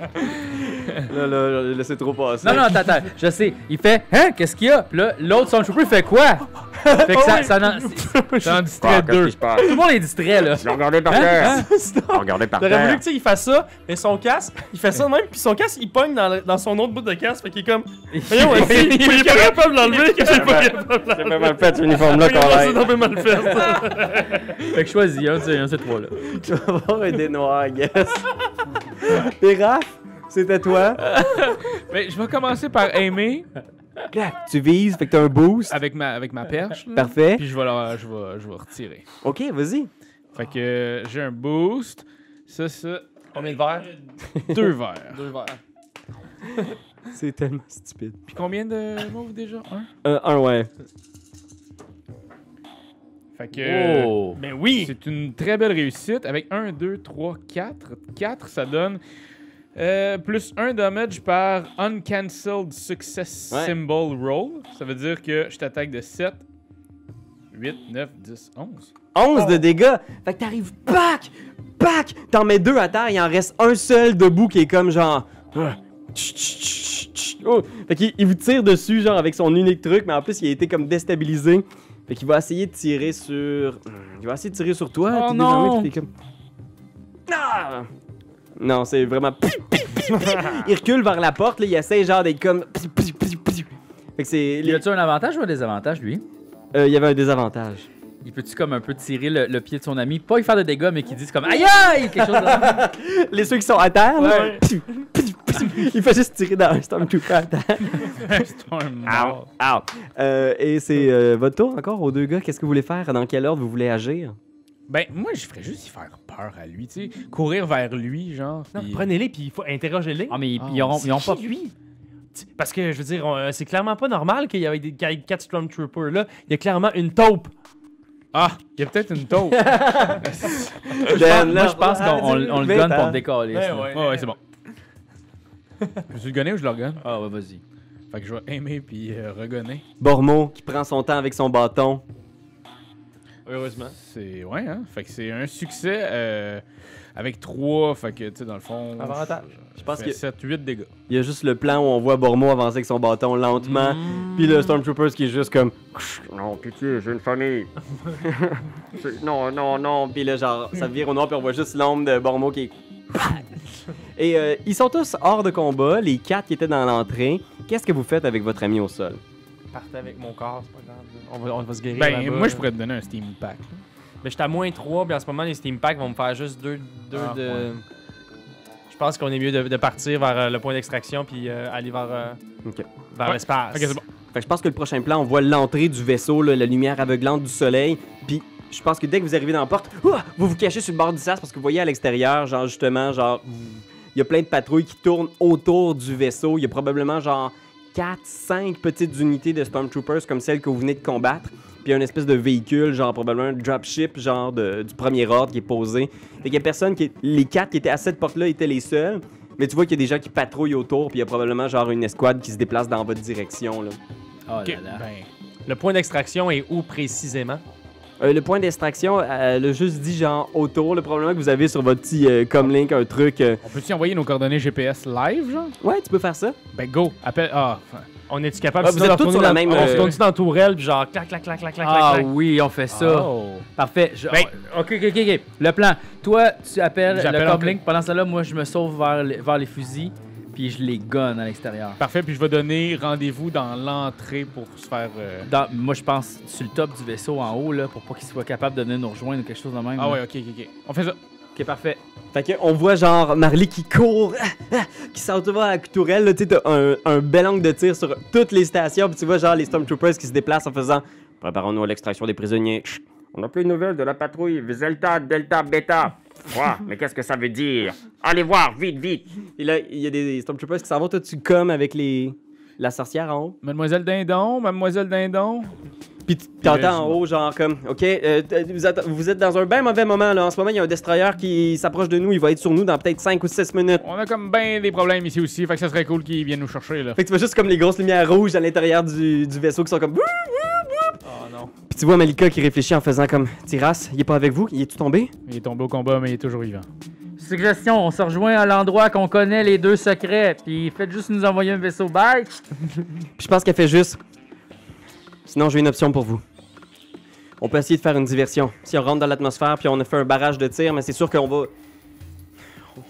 Là, là, là, là, c'est trop passé.
Non, non, attends, attends, je sais. Il fait Hein, qu'est-ce qu'il y a? Puis là, l'autre son il fait quoi? Fait que ça. ça n'en- c'est-
T'en distrais deux.
tout le monde est distrait, là.
Regardez par
Hein?
terre.
Hein?
Regardez par
J'aurais voulu
terre.
que tu sais, il fasse ça, mais son casque, il fait ça de même, puis son casque, il pogne dans, le- dans son autre bout de casque, fait qu'il est comme. Voyons, ouais, si, il est pas capable de l'enlever, que j'ai pas capable de l'enlever.
C'est pas mal fait, cet uniforme-là,
Ah, Voyons,
qu'on
C'est
aille.
donc bien mal fait. ça.
Fait que choisis un de ces- un de ces trois-là.
Tu vas avoir un dé noir, yes. Et Raph, c'était toi.
Mais je vais commencer par aimer
Clac, tu vises, fait que t'as un boost.
avec ma, avec ma perche. là.
Parfait.
Puis je vais, la- je, vais, je vais retirer.
Ok, vas-y.
Fait que euh, j'ai un boost. Ça, ça.
Combien de verres
Deux verres.
Deux verres.
C'est tellement stupide.
Puis combien de moves déjà? Un.
Un, Euh, un ouais.
Fait que.
Mais oui!
C'est une très belle réussite avec 1, 2, 3, 4. 4, ça donne euh, plus 1 damage par Uncancelled Success
Ouais.
Symbol Roll. Ça veut dire que je t'attaque de 7, 8, 9, 10, 11.
11
Oh.
de dégâts. Fait que t'arrives, pac, pac, t'en mets deux à terre, il en reste un seul debout qui est comme genre. Ah. Tch, tch, tch, tch. Oh. Fait qu'il il vous tire dessus, genre avec son unique truc, mais en plus il a été comme déstabilisé. Fait qu'il va essayer de tirer sur. hmm, Il va essayer de tirer sur toi.
Oh
puis
non.
désormais, t'es comme. Ah! Non, c'est vraiment. il recule vers la porte, là, il essaie genre d'être comme. Fait que c'est.
Il a-tu un avantage ou un désavantage, lui
Euh, il y avait un désavantage.
Il peut-tu comme un peu tirer le, le pied de son ami, pas lui faire de dégâts, mais qu'il dise comme aïe aïe quelque chose de...
Les ceux qui sont à terre, là, piou, piou, piou, il fait juste tirer dans un stormtrooper à terre.
C'est un mort.
Ow. Euh, et c'est euh, votre tour encore aux deux gars. Qu'est-ce que vous voulez faire? Dans quel ordre vous voulez agir?
Ben, moi, je ferais juste y faire peur à lui, tu sais. Courir vers lui, genre.
Non,
puis-
Prenez-les, puis il faut interroger-les.
Ah mais ils,
Ah,
ils auront-
C'est
ils ont pas
qui, lui? T'sais, Parce que, je veux dire, on- euh, c'est clairement pas normal qu'il y ait des qu'il y ait quatre Stormtroopers là. Il y a clairement une taupe.
Ah, il y a peut-être une taupe.
Ben,
Moi je pense
là, hein?
qu'on on- on le
vingt
donne pour
ans.
le décoller.
Ben,
ça.
Ouais, ouais, c'est bon. Je suis le gonner ou je le regonne?
Ah ouais, vas-y.
Fait que je vais aimer puis euh, regonner.
Bormo qui prend son temps avec son bâton.
Heureusement.
C'est. Ouais, hein? Fait que c'est un succès euh, avec 3. Fait que, tu sais, dans le fond.
Avantage.
Je pense que
7, 8 dégâts.
il y a juste le plan où on voit Bormo avancer avec son bâton lentement.
Mm.
Puis le Stormtrooper qui est juste comme.
Non, pitié, j'ai une famille.
C'est- Non, non, non. Puis là, genre, ça vire au noir, puis on voit juste l'ombre de Bormo qui est. Et euh, ils sont tous hors de combat, les quatre qui étaient dans l'entrée. Qu'est-ce que vous faites avec votre ami au sol?
Partez avec mon corps, c'est pas grave. On va, on va se guérir.
Ben,
là-bas. Oh
moi, je pourrais te donner un Steam Pack.
Mais Ben, j'étais à moins 3, puis en ce moment, les Steam Packs vont me faire juste 2 deux
Ah,
de. Je pense qu'on est mieux de, de partir vers euh, le point d'extraction, puis euh, aller vers, euh,
Ok.
vers
Ouais.
l'espace.
Ok, c'est bon.
Fait que je pense que le prochain plan, on voit l'entrée du vaisseau, là, la lumière aveuglante du soleil. Puis je pense que dès que vous arrivez dans la porte, ouah, vous vous cachez sur le bord du sas parce que vous voyez à l'extérieur, genre justement, genre, il y a plein de patrouilles qui tournent autour du vaisseau. Il y a probablement genre 4, 5 petites unités de Stormtroopers comme celles que vous venez de combattre. Puis il y a une espèce de véhicule, genre probablement un dropship, genre de- du premier ordre qui est posé. Fait qu'il y a personne qui. est- Les quatre qui étaient à cette porte-là étaient les seuls. Mais tu vois qu'il y a des gens qui patrouillent autour, puis il y a probablement genre une escouade qui se déplace dans votre direction, là.
Oh
Ok,
là là.
ben,
Le point d'extraction est où précisément
Euh, le point d'extraction, euh, le juste dit genre autour, le problème que vous avez sur votre petit euh, comlink, un truc. euh,
on peut-tu envoyer nos coordonnées GPS live, genre?
Ouais, tu peux faire ça.
Ben, go! Appelle. Ah, fin.
On est-tu capable
Ah,
sinon,
vous êtes
de
tous sur
retourner
la
dans-
même,
On se
euh,
tourne dans la tourelle, puis genre clac, clac, clac, clac, clac,
Ah
clac.
oui, on fait ça.
Oh.
Parfait. Je-
Ben-
ok, ok, ok, ok. Le plan. Toi, tu appelles
J'appelle
le comlink. Pendant ce temps-là, moi, je me sauve vers les, vers les fusils, puis je les gonne à l'extérieur.
Parfait, puis je vais donner rendez-vous dans l'entrée pour se faire. euh,
Dans- moi, je pense sur le top du vaisseau en haut, là, pour pas qu'il soit capable de venir nous rejoindre ou quelque chose de même.
Ah
là.
ouais, ok, ok, ok. On fait ça.
Ok, parfait.
Fait que on voit genre Marley qui court, ah, ah, qui s'entoure à la tourelle. là, Tu sais, t'as un, un bel angle de tir sur toutes les stations, puis tu vois genre les Stormtroopers qui se déplacent en faisant Préparons-nous à l'extraction des prisonniers. Chut.
On n'a plus de nouvelles de la patrouille. Zelta, Delta, Beta. Quoi Mais qu'est-ce que ça veut dire Allez voir, vite, vite.
Et là, il y a des Stormtroopers qui s'en vont, toi tu comme avec les. La sorcière en haut.
Mademoiselle Dindon, Mademoiselle Dindon.
Puis tu t'entends en
Puis là,
haut, genre comme, OK, euh, t- vous, êtes, vous êtes dans un bien mauvais moment, là. En ce moment, il y a un destroyer qui s'approche de nous. Il va être sur nous dans peut-être 5 ou 6 minutes.
On a comme ben des problèmes ici aussi, fait que ça serait cool qu'ils viennent nous chercher, là.
Fait que tu vois juste comme les grosses lumières rouges à l'intérieur du, du vaisseau qui sont comme. Wouh, wouh, wouh.
Oh non.
Puis tu vois Malika qui réfléchit en faisant comme Tiras, il est pas avec vous, il est tout tombé
Il est tombé au combat, mais il est toujours vivant.
Suggestion, on se rejoint à l'endroit qu'on connaît les deux secrets, puis faites juste nous envoyer un vaisseau. Bye!
Puis je pense qu'elle fait juste. Sinon, j'ai une option pour vous. On peut essayer de faire une diversion. Si on rentre dans l'atmosphère puis on a fait un barrage de tir, mais c'est sûr qu'on va.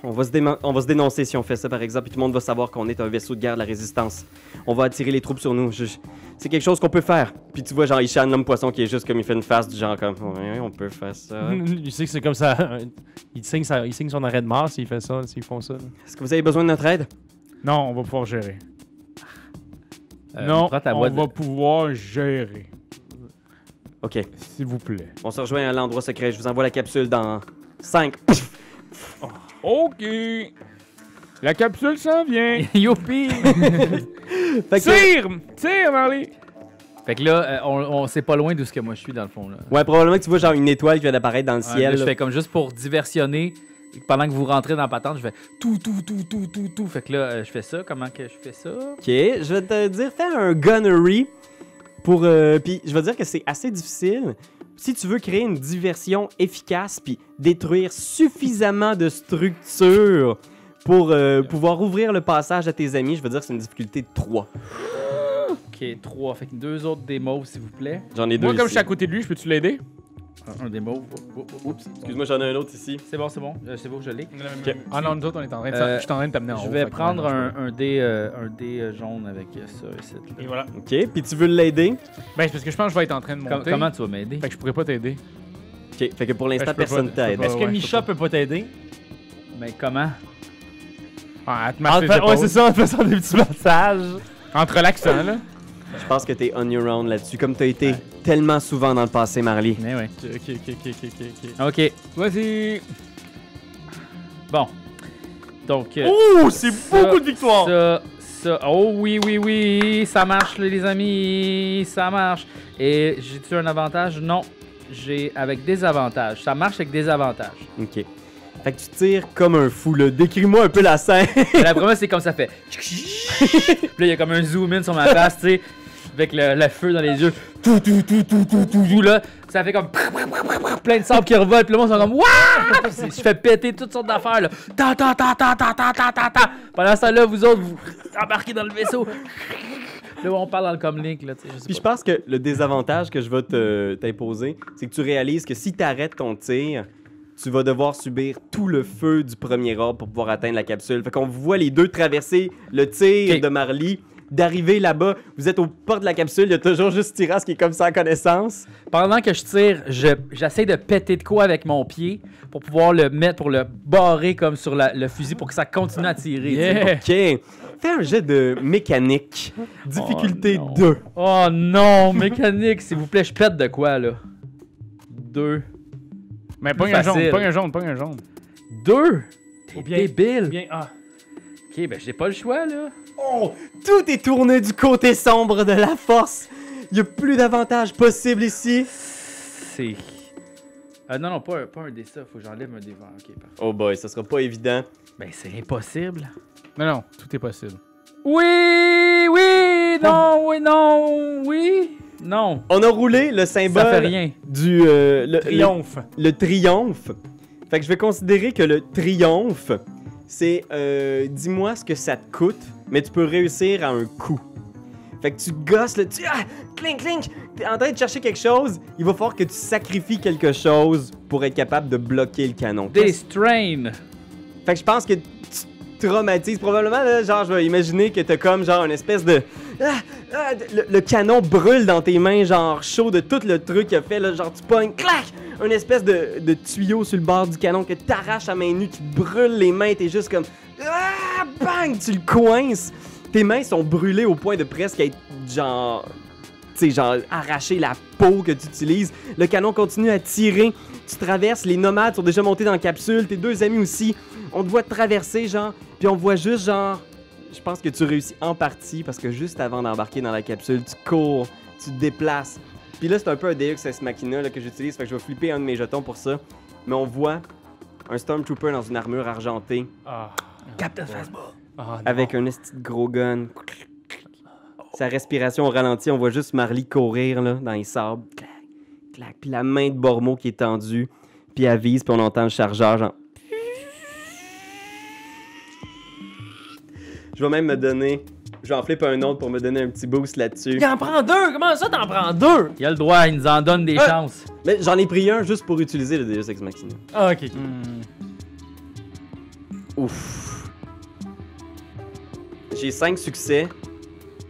On va, se déman- on va se dénoncer si on fait ça, par exemple, puis tout le monde va savoir qu'on est un vaisseau de guerre de la résistance. On va attirer les troupes sur nous. Je- je- C'est quelque chose qu'on peut faire. Puis tu vois, genre, Ishan, l'homme poisson, qui est juste comme il fait une face du genre comme. Ouais, on peut faire ça.
Il sait que c'est comme ça. Il signe, sa- il signe son arrêt de mort s'il fait ça, s'ils font ça.
Est-ce que vous avez besoin de notre aide
Non, on va pouvoir gérer.
Euh,
non,
prends ta
on
boîte de-
va pouvoir gérer.
Ok,
S'il vous plaît.
on se rejoint à l'endroit secret. Je vous envoie la capsule dans 5.
Ok. La capsule s'en vient.
Youpi!
Tire! Tire, Marley!
fait que là, euh, on, on- c'est pas loin d'où ce que moi je suis dans le fond. Là.
Ouais, probablement que tu vois genre une étoile qui vient d'apparaître dans le
Ouais, là,
ciel.
je
là.
fais comme juste pour diversionner. Pendant que vous rentrez dans la patente, je fais tout, tout, tout, tout, tout, tout. Fait que là, euh, je fais ça. Comment que je fais ça?
Ok, je vais te dire, fais un gunnery pour. euh, puis je vais dire que c'est assez difficile si tu veux créer une diversion efficace puis détruire suffisamment de structures pour euh, pouvoir ouvrir le passage à tes amis, je veux dire c'est une difficulté de 3.
Ok, trois. Fait que deux autres démos, s'il vous plaît.
J'en ai deux
Moi, comme je
ici.
suis à côté de lui, je peux-tu l'aider?
Un, un démo. Oup, oup, oup, oups.
Excuse-moi, j'en ai un autre ici.
C'est bon, c'est bon. Euh, c'est bon, je l'ai.
Ah non, nous autres, on est en train de,
Euh,
je suis en train de t'amener en haut.
Je
fait
vais
que
prendre
ouais, non,
un, un dé, euh, un dé euh, jaune avec euh, ça et cette-
Et voilà.
OK, puis tu veux l'aider
je peux- Ben, c'est parce que je pense que je vais être en train de
Com-
monter.
comment tu vas m'aider?
Fait que je pourrais pas t'aider.
OK, fait que pour l'instant
Ben, je peux
personne
pas- je peux
t'aide.
pas.
Est-ce
ouais,
que
je
Micha peut pas t'aider?
comment?
Ah, elle te
En
marche les
fait- Ouais,
épaules.
c'est ça, en faisant des petits massages.
En te relaxant, là.
Je pense que t'es on your own là-dessus comme t'as été tellement souvent dans le passé Marley.
Mais ouais.
Ok, ok, ok, ok, ok, ok.
Ok,
Vas-y.
bon. Donc. euh,
Oh, c'est
ça,
beaucoup de victoires!
Ça, ça. Oh oui, oui, oui. Ça marche, les amis. Ça marche. Et j'ai-tu un avantage? Non. J'ai avec des avantages. Ça marche avec des avantages.
OK. Fait que tu tires comme un fou là. Décris-moi un peu la scène.
Mais la première, c'est comme ça fait. Puis là, il y a comme un zoom in sur ma face, tu sais, avec le, le feu dans les yeux. Tout, tout, tout, tout, tout, tout, tout, là. Ça fait comme plein de sable qui revole. Puis le monde, ils sont comme Wouah! Puis c'est- Je fais péter toutes sortes d'affaires, là. Ta, ta, ta, ta, ta, ta, ta, ta, ta. Pendant ce temps-là, vous autres, vous embarquez dans le vaisseau. Là, on parle dans le comlink, là, tu sais. je sais
Puis je
pas.
pense que le désavantage que je vais te- t'imposer, c'est que tu réalises que si t'arrêtes ton tir, tu vas devoir subir tout le feu du premier ordre pour pouvoir atteindre la capsule. Fait qu'on voit les deux traverser le tir
Ok.
de Marley, d'arriver là-bas, vous êtes aux portes de la capsule, il y a toujours juste Tiras qui est comme ça en connaissance.
Pendant que je tire, je- j'essaie de péter de quoi avec mon pied pour pouvoir le mettre, pour le barrer comme sur la- le fusil pour que ça continue à tirer. tu sais.
Yeah.
OK. Fais un jet de mécanique. Difficulté
non.
2.
Oh non, mécanique, s'il vous plaît, je pète de quoi là? Deux.
Mais pogne un
Facile.
jaune, pogne un jaune, pogne un jaune.
Deux? T'es
Ou bien-
débile!
Bien, ah.
Ok, ben j'ai pas le choix là.
Oh, tout est tourné du côté sombre de la force. Il y a plus d'avantages possibles ici.
C'est. Ah non, non, pas un, pas un dé ça, faut que j'enlève un dé vert. Ok, parfait.
Oh boy, ça sera pas évident.
Ben c'est impossible.
Non, non, tout est possible.
Oui, oui, non, oui, non, oui. Non,
On a roulé le symbole
ça fait rien.
du euh, le,
Triomphe.
le- le triomphe. Fait que je vais considérer que le triomphe, c'est euh, dis-moi ce que ça te coûte, mais tu peux réussir à un coup. Fait que tu gosses le tu ah, clink clink, t'es en train de chercher quelque chose, il va falloir que tu sacrifies quelque chose pour être capable de bloquer le canon.
Des strain.
Fait que je pense que tu traumatises probablement, là, genre, je vais imaginer que t'as comme, genre, une espèce de... Ah, ah, de- le, le canon brûle dans tes mains, genre, chaud de tout le truc qu'il a fait, là, genre, tu pognes, clac! Une espèce de, de tuyau sur le bord du canon que t'arraches à main nue, tu te brûles les mains, t'es juste comme... Ah! Bang! Tu le coinces! Tes mains sont brûlées au point de presque être, genre... Tu sais, genre, arracher la peau que tu utilises. Le canon continue à tirer. Tu traverses, les nomades sont déjà montés dans la capsule, tes deux amis aussi on te voit traverser, genre, puis on voit juste, genre, je pense que tu réussis en partie parce que juste avant d'embarquer dans la capsule, tu cours, tu te déplaces. Puis là, c'est un peu un Deus Ex Machina là, que j'utilise, fait que je vais flipper un de mes jetons pour ça. Mais on voit un Stormtrooper dans une armure argentée
Ah.
Captain Phasma.
Ah, non.
avec un esti de gros gun. Sa respiration au ralenti, on voit juste Marley courir là, dans les sables. Clac, clac. Puis la main de Bormo qui est tendue, puis elle vise, puis on entend le chargeur, genre. Je vais même me donner. Je vais en flipper un autre pour me donner un petit boost là-dessus.
Il en prend deux! Comment ça, t'en prends deux?
Il a le droit, il nous en donne des
Ah.
chances.
Mais j'en ai pris un juste pour utiliser le Deus Ex Machina.
Ah, ok.
Ouf. J'ai 5 succès,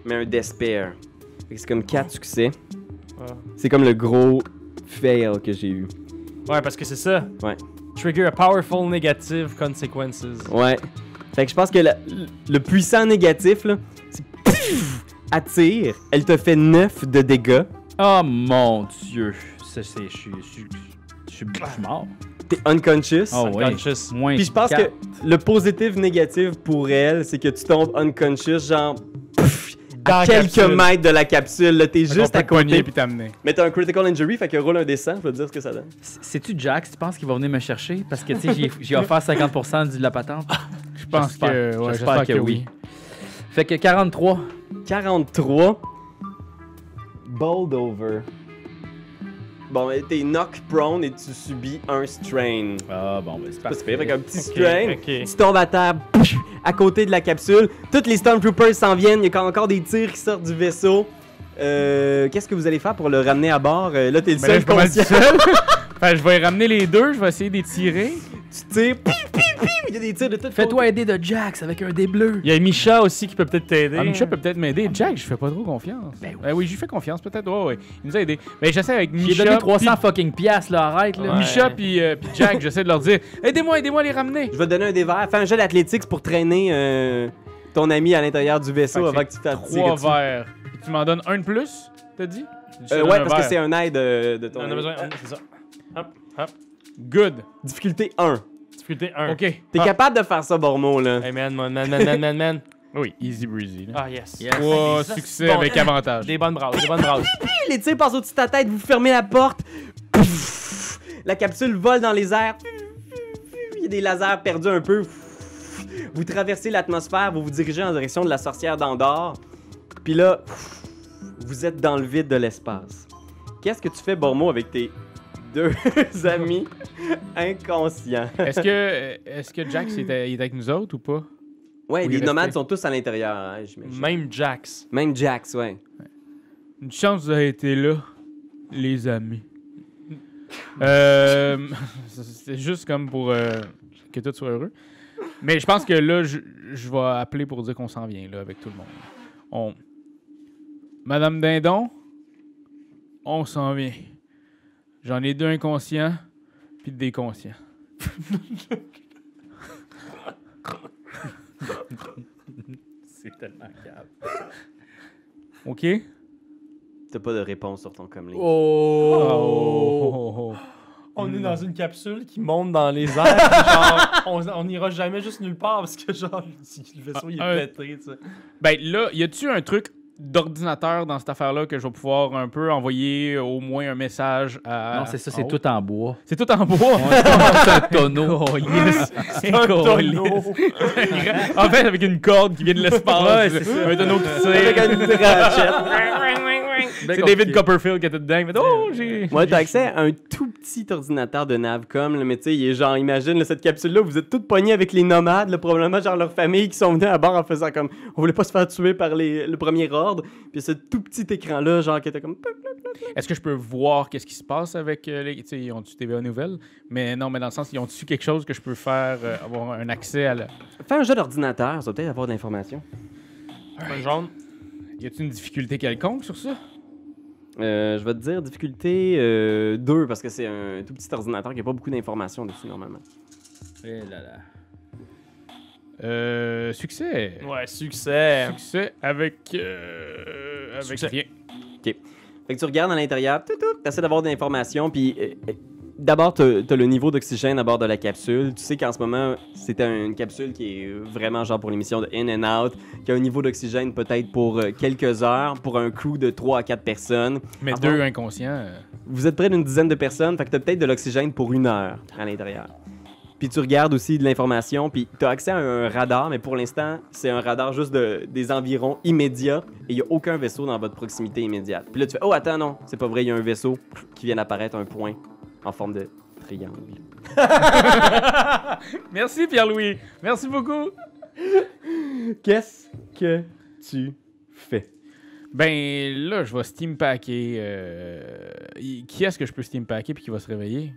mais un despair. Fait que C'est comme 4 succès.
Ah.
C'est comme le gros fail que j'ai eu.
Ouais, Oh, parce que c'est ça.
Ouais.
Trigger a powerful negative consequences.
Ouais. Fait que je pense que la- le puissant négatif, là, c'est pfff, attire. Elle te fait 9 de dégâts.
Oh mon dieu. Ça, c'est. Je suis. je suis- Je suis je suis mort.
T'es unconscious.
Ah
Oh ouais.
Unconscious.
Moins
Puis je pense
quatre.
que le positif négatif pour elle, c'est que tu tombes unconscious, genre pfff,
Dans
à
la
quelques
capsule.
mètres de la capsule. là, T'es juste à côté.
puis t'amener.
Mais t'as un critical injury, fait que roule un dessin, je vais te dire ce que ça donne.
C'est-tu Jack, tu penses qu'il va venir me chercher? Parce que, tu sais, j'ai- j'ai offert 50 du- de la patente.
Je pense que, ouais, Ah, j'espère que, oui.
Fait que 43.
43. Bold over. Bon, ben, t'es knock prone et tu subis un strain.
Ah, bon, ben, c'est
Pas
parfait.
si pire, avec un petit
Ok,
strain.
ok.
Tu tombes à terre, pff, à côté de la capsule. Toutes les Stormtroopers s'en viennent. Il y a encore des tirs qui sortent du vaisseau. Euh, Qu'est-ce que vous allez faire pour le ramener à bord? Euh, là, t'es le
Mais Ben là, je
seul
suis pas mal
conscient.
tout seul. Fait que je vais ramener les deux, je vais essayer de les tirer.
Tu tires, piou, piou, piou, il y a des tirs de toutes
Fais-toi aider de Jax avec un dé bleu.
Il y a Micha aussi qui peut peut-être t'aider.
Ah, Misha peut peut-être m'aider. Jack, je fais pas trop confiance. Ben oui, je lui fais confiance, peut-être. Ouais, ouais. Il nous a aidés. Mais j'essaie avec
J'ai
Misha.
donné 300 fucking piastres, là, arrête,
Puis,
là.
Ouais.
Misha puis, euh, puis Jack, j'essaie de leur dire Aidez-moi, aidez-moi à les ramener.
Je vais te donner un dé vert. Fais un jeu d'athlétiques pour traîner euh, ton ami à l'intérieur du
Fait
vaisseau
que
avant
c'est
que tu te fasses tirer
Trois
dessus.
verres. Puis tu m'en donnes un de plus, t'as dit Je te
Euh,
donne
ouais,
un
parce que c'est
verre.
un aide euh, de ton
On en
ami.
a besoin. on- Ah, C'est ça. Hop, hop.
Good.
Difficulté 1.
Difficulté 1.
Ok.
T'es capable de faire ça, Bormo, là.
Hey man, man, man, man, man, man, man.
Oui, easy breezy. Là.
Ah yes.
Yes.
Trois
ça, c'est
succès
bon.
avec avantage.
Des bonnes brasses, des bonnes brasses.
Les tirs passent au-dessus de ta tête, vous fermez la porte. Pouf! La capsule vole dans les airs. Il y a des lasers perdus un peu. Vous traversez l'atmosphère, vous vous dirigez en direction de la sorcière d'Andorre. Puis là, vous êtes dans le vide de l'espace. Qu'est-ce que tu fais, Bormo, avec tes deux amis inconscients?
Est-ce que, est que Jack il est, il est avec nous autres ou pas
Ouais,
Oui,
les
restez.
nomades sont tous à l'intérieur, hein, j'imagine.
Même Jax.
Même Jax, ouais.
Une chance vous avez été là, les amis. Euh, C'était juste comme pour euh, que tout soit heureux. Mais je pense que là, je, je vais appeler pour dire qu'on s'en vient là avec tout le monde. On... Madame Dindon, on s'en vient. J'en ai deux inconscients, puis des conscients.
C'est tellement grave.
OK?
T'as pas de réponse sur ton comlink.
Oh!
Oh, oh, oh.
On est dans une capsule qui monte dans les airs. puis genre, on, on ira jamais juste nulle part parce que genre, le vaisseau il est
Ah, un-
pété, tu sais.
Ben là, y a-tu un truc d'ordinateur dans cette affaire-là que je vais pouvoir un peu envoyer au moins un message à.
Non, c'est ça, c'est
Oh.
tout en bois.
C'est tout en bois.
c'est un tonneau. Oh, yes!
C'est un tonneau. en fait, avec une corde qui vient de l'espace. un tonneau qui
Avec
tire.
une petite ratchet.
C'est David Copperfield qui était dedans. Il fait, oh, j'ai.
Ouais, t'as accès à un tout petit ordinateur de Navcom, là, mais tu sais, il est genre, imagine, là, cette capsule-là, vous êtes toutes poignées avec les nomades, là, probablement, genre, leur famille qui sont venus à bord en faisant comme, on voulait pas se faire tuer par les, le premier ordre, puis ce tout petit écran-là, genre, qui était comme, Poup.
Est-ce que je peux voir qu'est-ce qui se passe avec euh, les. Tu sais, ils ont-tu TVA Nouvelle? Mais non, mais dans le sens, ils ont-tu quelque chose que je peux faire, euh, avoir un accès à. La...
fais un jeu d'ordinateur, ça va peut-être avoir de l'information.
Bonne jaune.
Y a-tu une difficulté quelconque sur ça?
Euh, je vais te dire difficulté 2, parce que c'est un tout petit ordinateur qui a pas beaucoup d'informations dessus, normalement.
Eh là là.
Euh, succès.
Ouais, succès.
Succès avec. euh, avec
Succès.
rien.
Fait que tu regardes à l'intérieur, tout, tout, t'essaies d'avoir de l'information, puis euh, euh, d'abord, t'as t'as le niveau d'oxygène à bord de la capsule. Tu sais qu'en ce moment, c'était une capsule qui est vraiment genre pour l'émission de In and Out, qui a un niveau d'oxygène peut-être pour euh, quelques heures, pour un crew de 3 à 4 personnes.
Mais
Ah
deux
bon?
inconscients. euh,
Vous êtes près d'une dizaine de personnes, fait que t'as peut-être de l'oxygène pour une heure à l'intérieur. Puis tu regardes aussi de l'information, puis t'as accès à un radar, mais pour l'instant, c'est un radar juste de- des environs immédiats, et il n'y a aucun vaisseau dans votre proximité immédiate. Puis là, tu fais « Oh, attends, non, c'est pas vrai, il y a un vaisseau qui vient d'apparaître, un point en forme de triangle.
Merci Pierre-Louis. Merci beaucoup. »
Qu'est-ce que tu fais?
Ben là, je vais steampacker. Euh... y- Qui est-ce que je peux steampacker puis qui va se réveiller?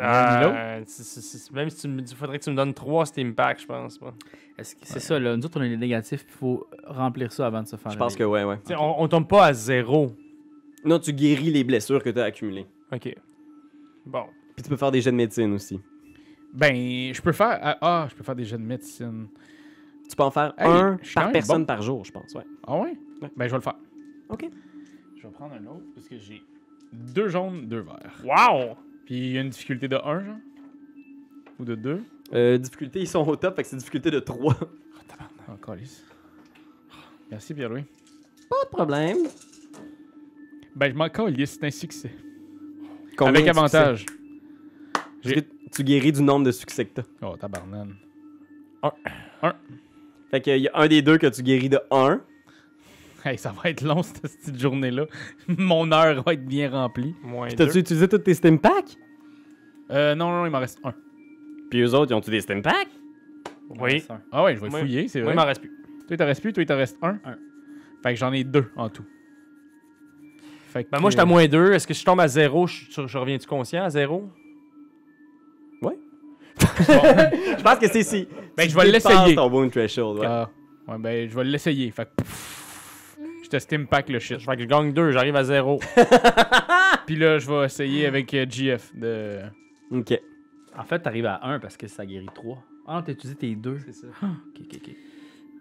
Euh, c'est- c'est- c'est- même si tu me dis, faudrait que tu me donnes 3 Steam Packs, je pense. moi. Tu
Est-ce que- C'est ça, là. Nous autres, on est négatifs, puis il faut remplir ça avant de se faire.
Je pense que
réveiller.
ouais, ouais.
sais, On, on tombe pas à zéro.
Non, tu guéris les blessures que t'as accumulées.
Ok. Bon.
Puis tu peux faire des jets de médecine aussi.
Ben, je peux faire. Ah, ah, je peux faire des jeux de médecine.
Tu peux en faire
Hey,
un
je suis quand
par
même
personne
bon.
par jour, je pense, ouais.
Ah ouais?
Ouais.
Ben, je vais le faire.
Ok.
Je vais prendre un autre parce que j'ai deux jaunes, deux verts.
Wow!
Puis il y a une difficulté de 1, genre? Ou de 2?
Euh, difficulté, ils sont au top, fait que c'est difficulté de 3. Pas
Encore Merci Pierre-Louis.
de problème.
Ben, je m'en calisse, c'est un succès.
Combien
Avec
de succès?
avantage.
Parce que tu guéris du nombre de succès que t'as.
Oh, tabarnane.
Fait qu'il y a un des deux que tu guéris de 1.
Hey, ça va être long cette petite journée-là. Mon heure va être bien remplie.
Moins
T'as-tu
deux.
utilisé tous tes stem packs?
Euh, non, non, il m'en reste un.
Puis eux autres, ils ont-tu des stem packs?
Oui.
Ah ouais, je vais
Moi-
fouiller, c'est
Moi,
vrai.
il m'en reste plus.
Toi, il t'en reste plus, toi, il t'en reste un. Fait que j'en ai deux en tout. Fait que,
Ben, moi, je suis à
euh,
moins 2. Est-ce que je tombe à 0 Je, je- je reviens-tu conscient à 0
Je pense que c'est si.
Ben,
si
je vais
tu
l'essayer.
dépasses ton wound threshold, ouais.
Ah, ouais, ben, je vais l'essayer. Fait que. pff, Je te steam pack le shit.
Je fais que je gagne 2, j'arrive à 0.
Puis là, je vais essayer avec euh, GF de.
Ok.
En fait, t'arrives à 1 parce que ça guérit 3. Ah non, t'as utilisé tes 2. C'est ça. Ok, ok, ok.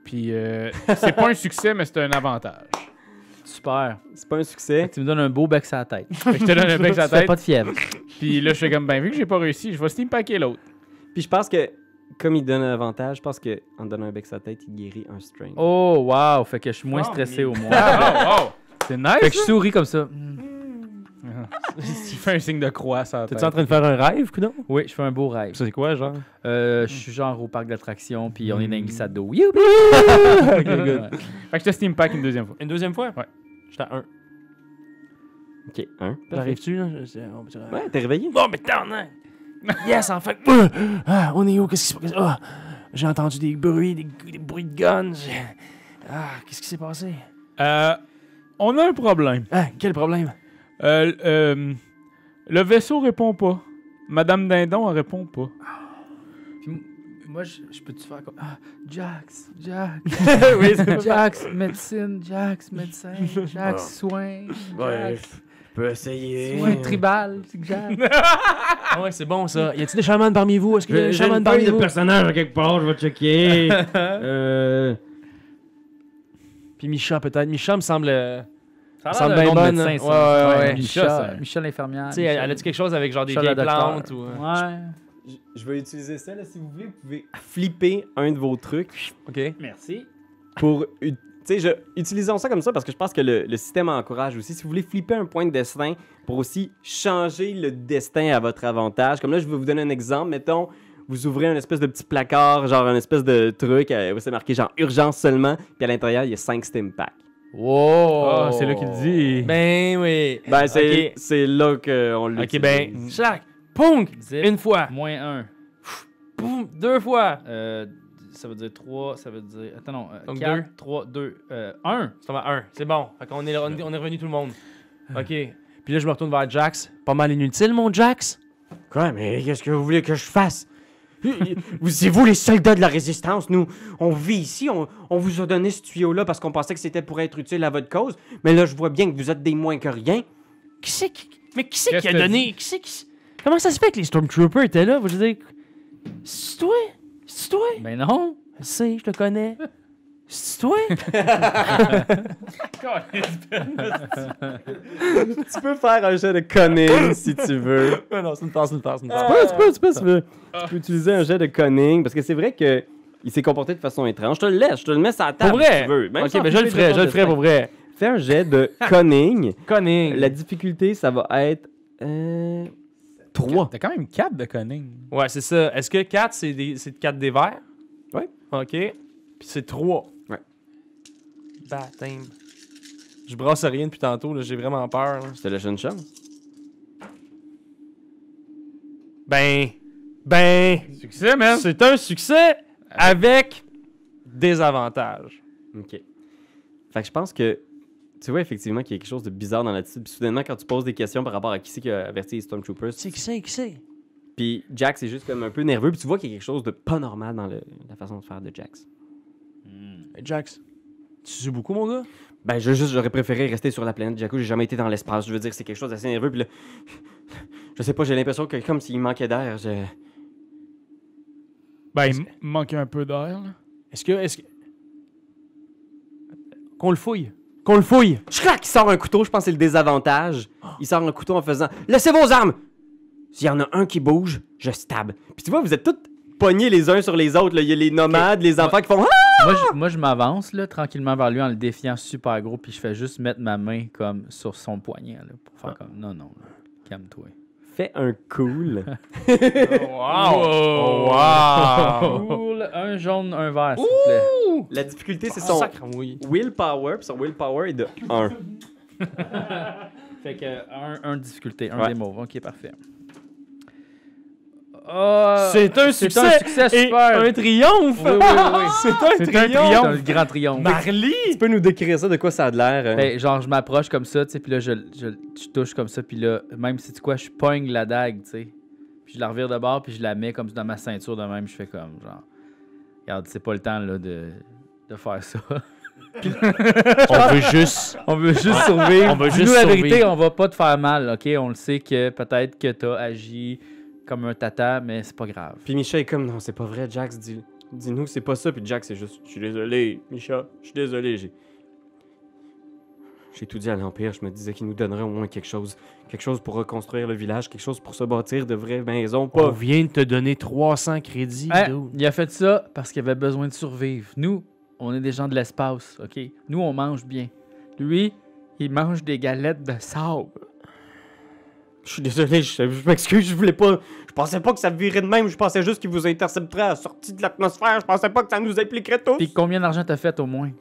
Puis euh, c'est pas un succès, mais c'est un avantage.
Super.
C'est pas un
Fait
succès.
que tu me donnes un beau bec sur la tête. tu
Fait que je te donne un bec à la
fais
tête.
pas de fièvre.
Puis là, je fais comme, ben, vu que j'ai pas réussi, je vais steam packer l'autre.
Puis je pense que, comme il donne un avantage, je pense qu'en donnant un bec sur la tête, il guérit un strain.
Oh, wow. Fait que je suis moins
Oh,
stressé
mais-
au moins.
Oh, wow! C'est nice!
fait que
hein?
je souris comme ça.
Tu fais un signe de croix ça.
T'es-tu en train de faire un rêve, coudon?
Oui, je fais un beau rêve.
C'est quoi, genre?
Euh, je suis genre au parc d'attractions, puis on est dans
Hmm.
une glissade d'eau. Youpi!
Fait que je te steam pack une deuxième fois.
Une deuxième fois
Ouais.
J'étais à 1.
Ok, un.
J'arrive-tu, là Je- je- on peut dire- euh,
Ouais, t'es réveillé.
Bon, mais t'en Yes, enfin! Euh, ah, on est où? Qu'est-ce qui se passe? Ah, j'ai entendu des bruits, des, des bruits de guns. J'ai- Ah, qu'est-ce qui s'est passé?
Euh, on a un problème.
Ah, quel problème?
Euh, euh, le vaisseau répond pas. Madame Dindon, elle répond pas.
Moi, je, je peux-tu faire comme. Ah, Jax, Jax. Jax, médecine, Jax, médecin,
Ah.
Jax, soin. Jax,
Je peux essayer.
soin tribal, Jax.
Ah ouais, c'est bon ça. Y a-t-il des chamans parmi vous? Est-ce qu'il y a des
J'ai
chamans
une
parmi
feuille de
vous?
personnage à quelque part, je vais checker. euh...
Puis Micha peut-être. Micha me semble. euh,
Ça
Ça a l'air d'un nom de médecin, ça. Ouais,
Michel, ça.
Michel, Michel l'infirmière.
Tu sais, elle, elle a dit quelque chose avec genre des
Michel le
vieilles
docteur.
plantes ou. euh,
Ouais.
Je- Je vais utiliser ça, là, si vous voulez. Vous pouvez flipper un de vos trucs
Ok.
Merci.
pour... ut- Tu sais, je- utilisons ça comme ça parce que je pense que le, le système encourage aussi. Si vous voulez flipper un point de destin pour aussi changer le destin à votre avantage. Comme là, je vais vous donner un exemple. Mettons, vous ouvrez un espèce de petit placard, genre un espèce de truc euh, où c'est marqué genre urgence seulement. Puis à l'intérieur, il y a 5 stem packs.
Wow.
Ah, c'est là qu'il dit.
Oh, Ben oui.
Ben, c'est
Ok.
c'est là qu'on le
Ok, ben. Jack, punk!
Zip.
Une fois.
Moins 1.
Boum! Deux fois.
Euh, ça veut dire 3, ça veut dire. Attends, non. euh,
Donc
4, 3, 2, 1.
C'est à 1. C'est bon. Fait qu'on est, on, est- on est revenu tout le monde. OK. Ah. Puis là, je me retourne vers Jax. Pas mal inutile, mon Jax.
Quoi, mais qu'est-ce que vous voulez que je fasse? Vous- C'est vous les soldats de la résistance, nous. On vit ici, on, on vous a donné ce tuyau-là parce qu'on pensait que c'était pour être utile à votre cause. Mais là, je vois bien que vous êtes des moins que rien.
Qui c'est qui. Mais qui c'est
Qu'est-ce
qui a
que t'as
donné. Qui c'est qui. s- Comment ça se fait que les Stormtroopers étaient là? Vous dire. C'est toi? C'est toi?
Mais non.
Je sais, je te connais. C'est toi?
Tu peux faire un jet de cunning si tu veux.
non, c'est une tasse, une tasse, une
Tu peux, tu peux, tu peux, tu peux. Tu peux utiliser un jet de cunning parce que c'est vrai que il s'est comporté de façon étrange. Je te le laisse, je te le mets sur la table
Pour
si
vrai?
tu veux. Même
ok,
sans
ben je le
flipper
ferai,
ton
je le ferai
destin.
pour vrai.
Fais un jet de cunning.
Conning.
La difficulté, ça va être... euh, 3.
T'as quand même 4 de conning.
Ouais, c'est ça. Est-ce que 4, c'est des... c'est 4 des verts?
Ouais.
OK. Puis c'est 3.
Ouais.
Baptême. Je brasse rien depuis tantôt, là. J'ai vraiment peur. là.
Je te laisse une chance.
Ben. Ben.
Succès, man!
C'est un succès avec des avantages.
OK. Fait que je pense que tu vois effectivement qu'il y a quelque chose de bizarre dans l'attitude. Puis soudainement, quand tu poses des questions par rapport à qui c'est qui a averti les Stormtroopers,
C'est qui c'est, qui c'est?
puis Jax est juste comme un peu nerveux, puis tu vois qu'il y a quelque chose de pas normal dans le- la façon de faire de Jax.
Jax. Tu sues beaucoup, mon gars?
Ben, je, juste, j'aurais préféré rester sur la planète Jakku, j'ai jamais été dans l'espace. Je veux dire, c'est quelque chose d'assez nerveux, puis là, je sais pas, j'ai l'impression que comme s'il manquait d'air, je...
Ben, il m- manque un peu d'air, là.
Est-ce que. Est-ce que... Qu'on le fouille. Qu'on le fouille.
Crac! Il sort un couteau, je pense que c'est le désavantage. Il sort un couteau en faisant Laissez vos armes! S'il y en a un qui bouge, je stab. Puis tu vois, vous êtes tous pognés les uns sur les autres. là. Il y a les nomades, les enfants qui font Ah!
Moi, je, moi, je m'avance là, tranquillement vers lui en le défiant super gros, puis je fais juste mettre ma main comme sur son poignet là, pour faire comme non, non, là, calme-toi.
Fais un cool.
Oh,
Wow!
Cool, un jaune, un vert, s'il vous plaît.
La difficulté,
Ah,
c'est son
oui.
willpower, puis son willpower est de 1.
Fait que un, un de difficulté, un
Ouais.
des mots. Ok, parfait. Ah,
C'est un
c'est
succès.
un succès
et
super.
un triomphe.
Oui, oui, oui.
C'est un
C'est un
triomphe.
C'est un grand triomphe.
Marly.
Tu peux nous décrire ça, de quoi ça a l'air? euh?
Ben, genre, je m'approche comme ça, tu sais, puis là, je, je, je touche comme ça, puis là, même si tu quoi, je pogne la dague, tu sais. Puis je la revire de bord, puis je la mets comme dans ma ceinture de même, je fais comme, genre, regarde, c'est pas le temps, là, de, de faire ça.
On veut juste.
On veut juste survivre.
On veut
Dis-nous
juste
la vérité,
survivre.
on va pas te faire mal, ok? On le sait que peut-être que t'as agi comme un tata, mais c'est pas grave.
Puis Micha est comme, non, c'est pas vrai, Jax, dis- dis-nous que c'est pas ça. Puis Jax, c'est juste, je suis désolé, Micha, je suis désolé, j'ai... J'ai tout dit à l'Empire, je me disais qu'il nous donnerait au moins quelque chose. Quelque chose pour reconstruire le village, quelque chose pour se bâtir de vraies maisons,
On
pas...
vient de te donner 300 crédits.
Hein,
dude.
il a fait ça parce qu'il avait besoin de survivre. Nous, on est des gens de l'espace, OK? Nous, on mange bien. Lui, il mange des galettes de sable.
Je suis désolé, je, je m'excuse, je voulais pas... Je pensais pas que ça virait de même, je pensais juste qu'il vous intercepterait à la sortie de l'atmosphère, je pensais pas que ça nous impliquerait tous.
Puis combien d'argent t'as fait au moins?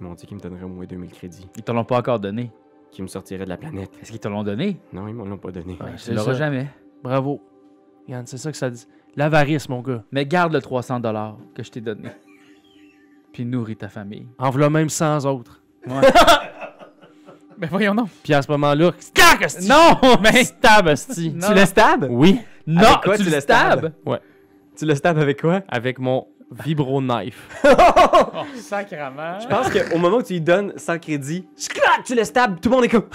Ils m'ont dit qu'ils me donneraient au moins 2000 crédits,
Ils te l'ont pas encore donné.
qu'ils me sortiraient de la planète.
Est-ce qu'ils te l'ont donné?
Non, ils m'en l'ont pas donné.
Ouais,
Ben, tu
c'est
l'auras
ça.
jamais.
Bravo. Yann, c'est ça que ça dit. L'avarice, mon gars.
Mais garde le 300 dollars que je t'ai donné. Puis nourris ta famille.
En v'là même 100 autres.
Mais voyons donc.
Puis à ce moment-là, clac, esti.
Non! Mais...
stab, esti.
Non.
Tu
le
stabs?
Oui,
Non!
quoi
tu
tu
le
le stabs?
stabs?
Tu le stabs avec quoi?
avec mon vibro knife.
Oh, sacrement.
Je pense qu'au moment où tu lui donnes sans crédit, je claque, tu le stabs, tout le monde est comme.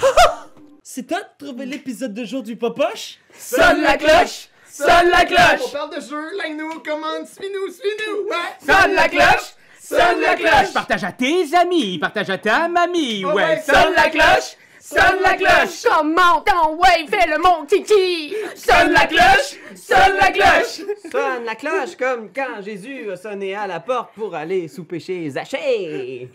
C'est toi de trouver l'épisode de jour du Popoche?
Sonne la cloche! Sonne la cloche!
parle de jeu, like-nous, commande, suis-nous, suis-nous, ouais!
Sonne la cloche! Sonne la cloche!
Partage à tes amis, partage à ta mamie, ouais!
Sonne la cloche! Sonne la cloche!
Comment t'en ouais, fais le mon titi!
Sonne la cloche! Sonne la cloche!
Sonne la cloche comme quand Jésus a sonné à la porte pour aller sous péché Zachée!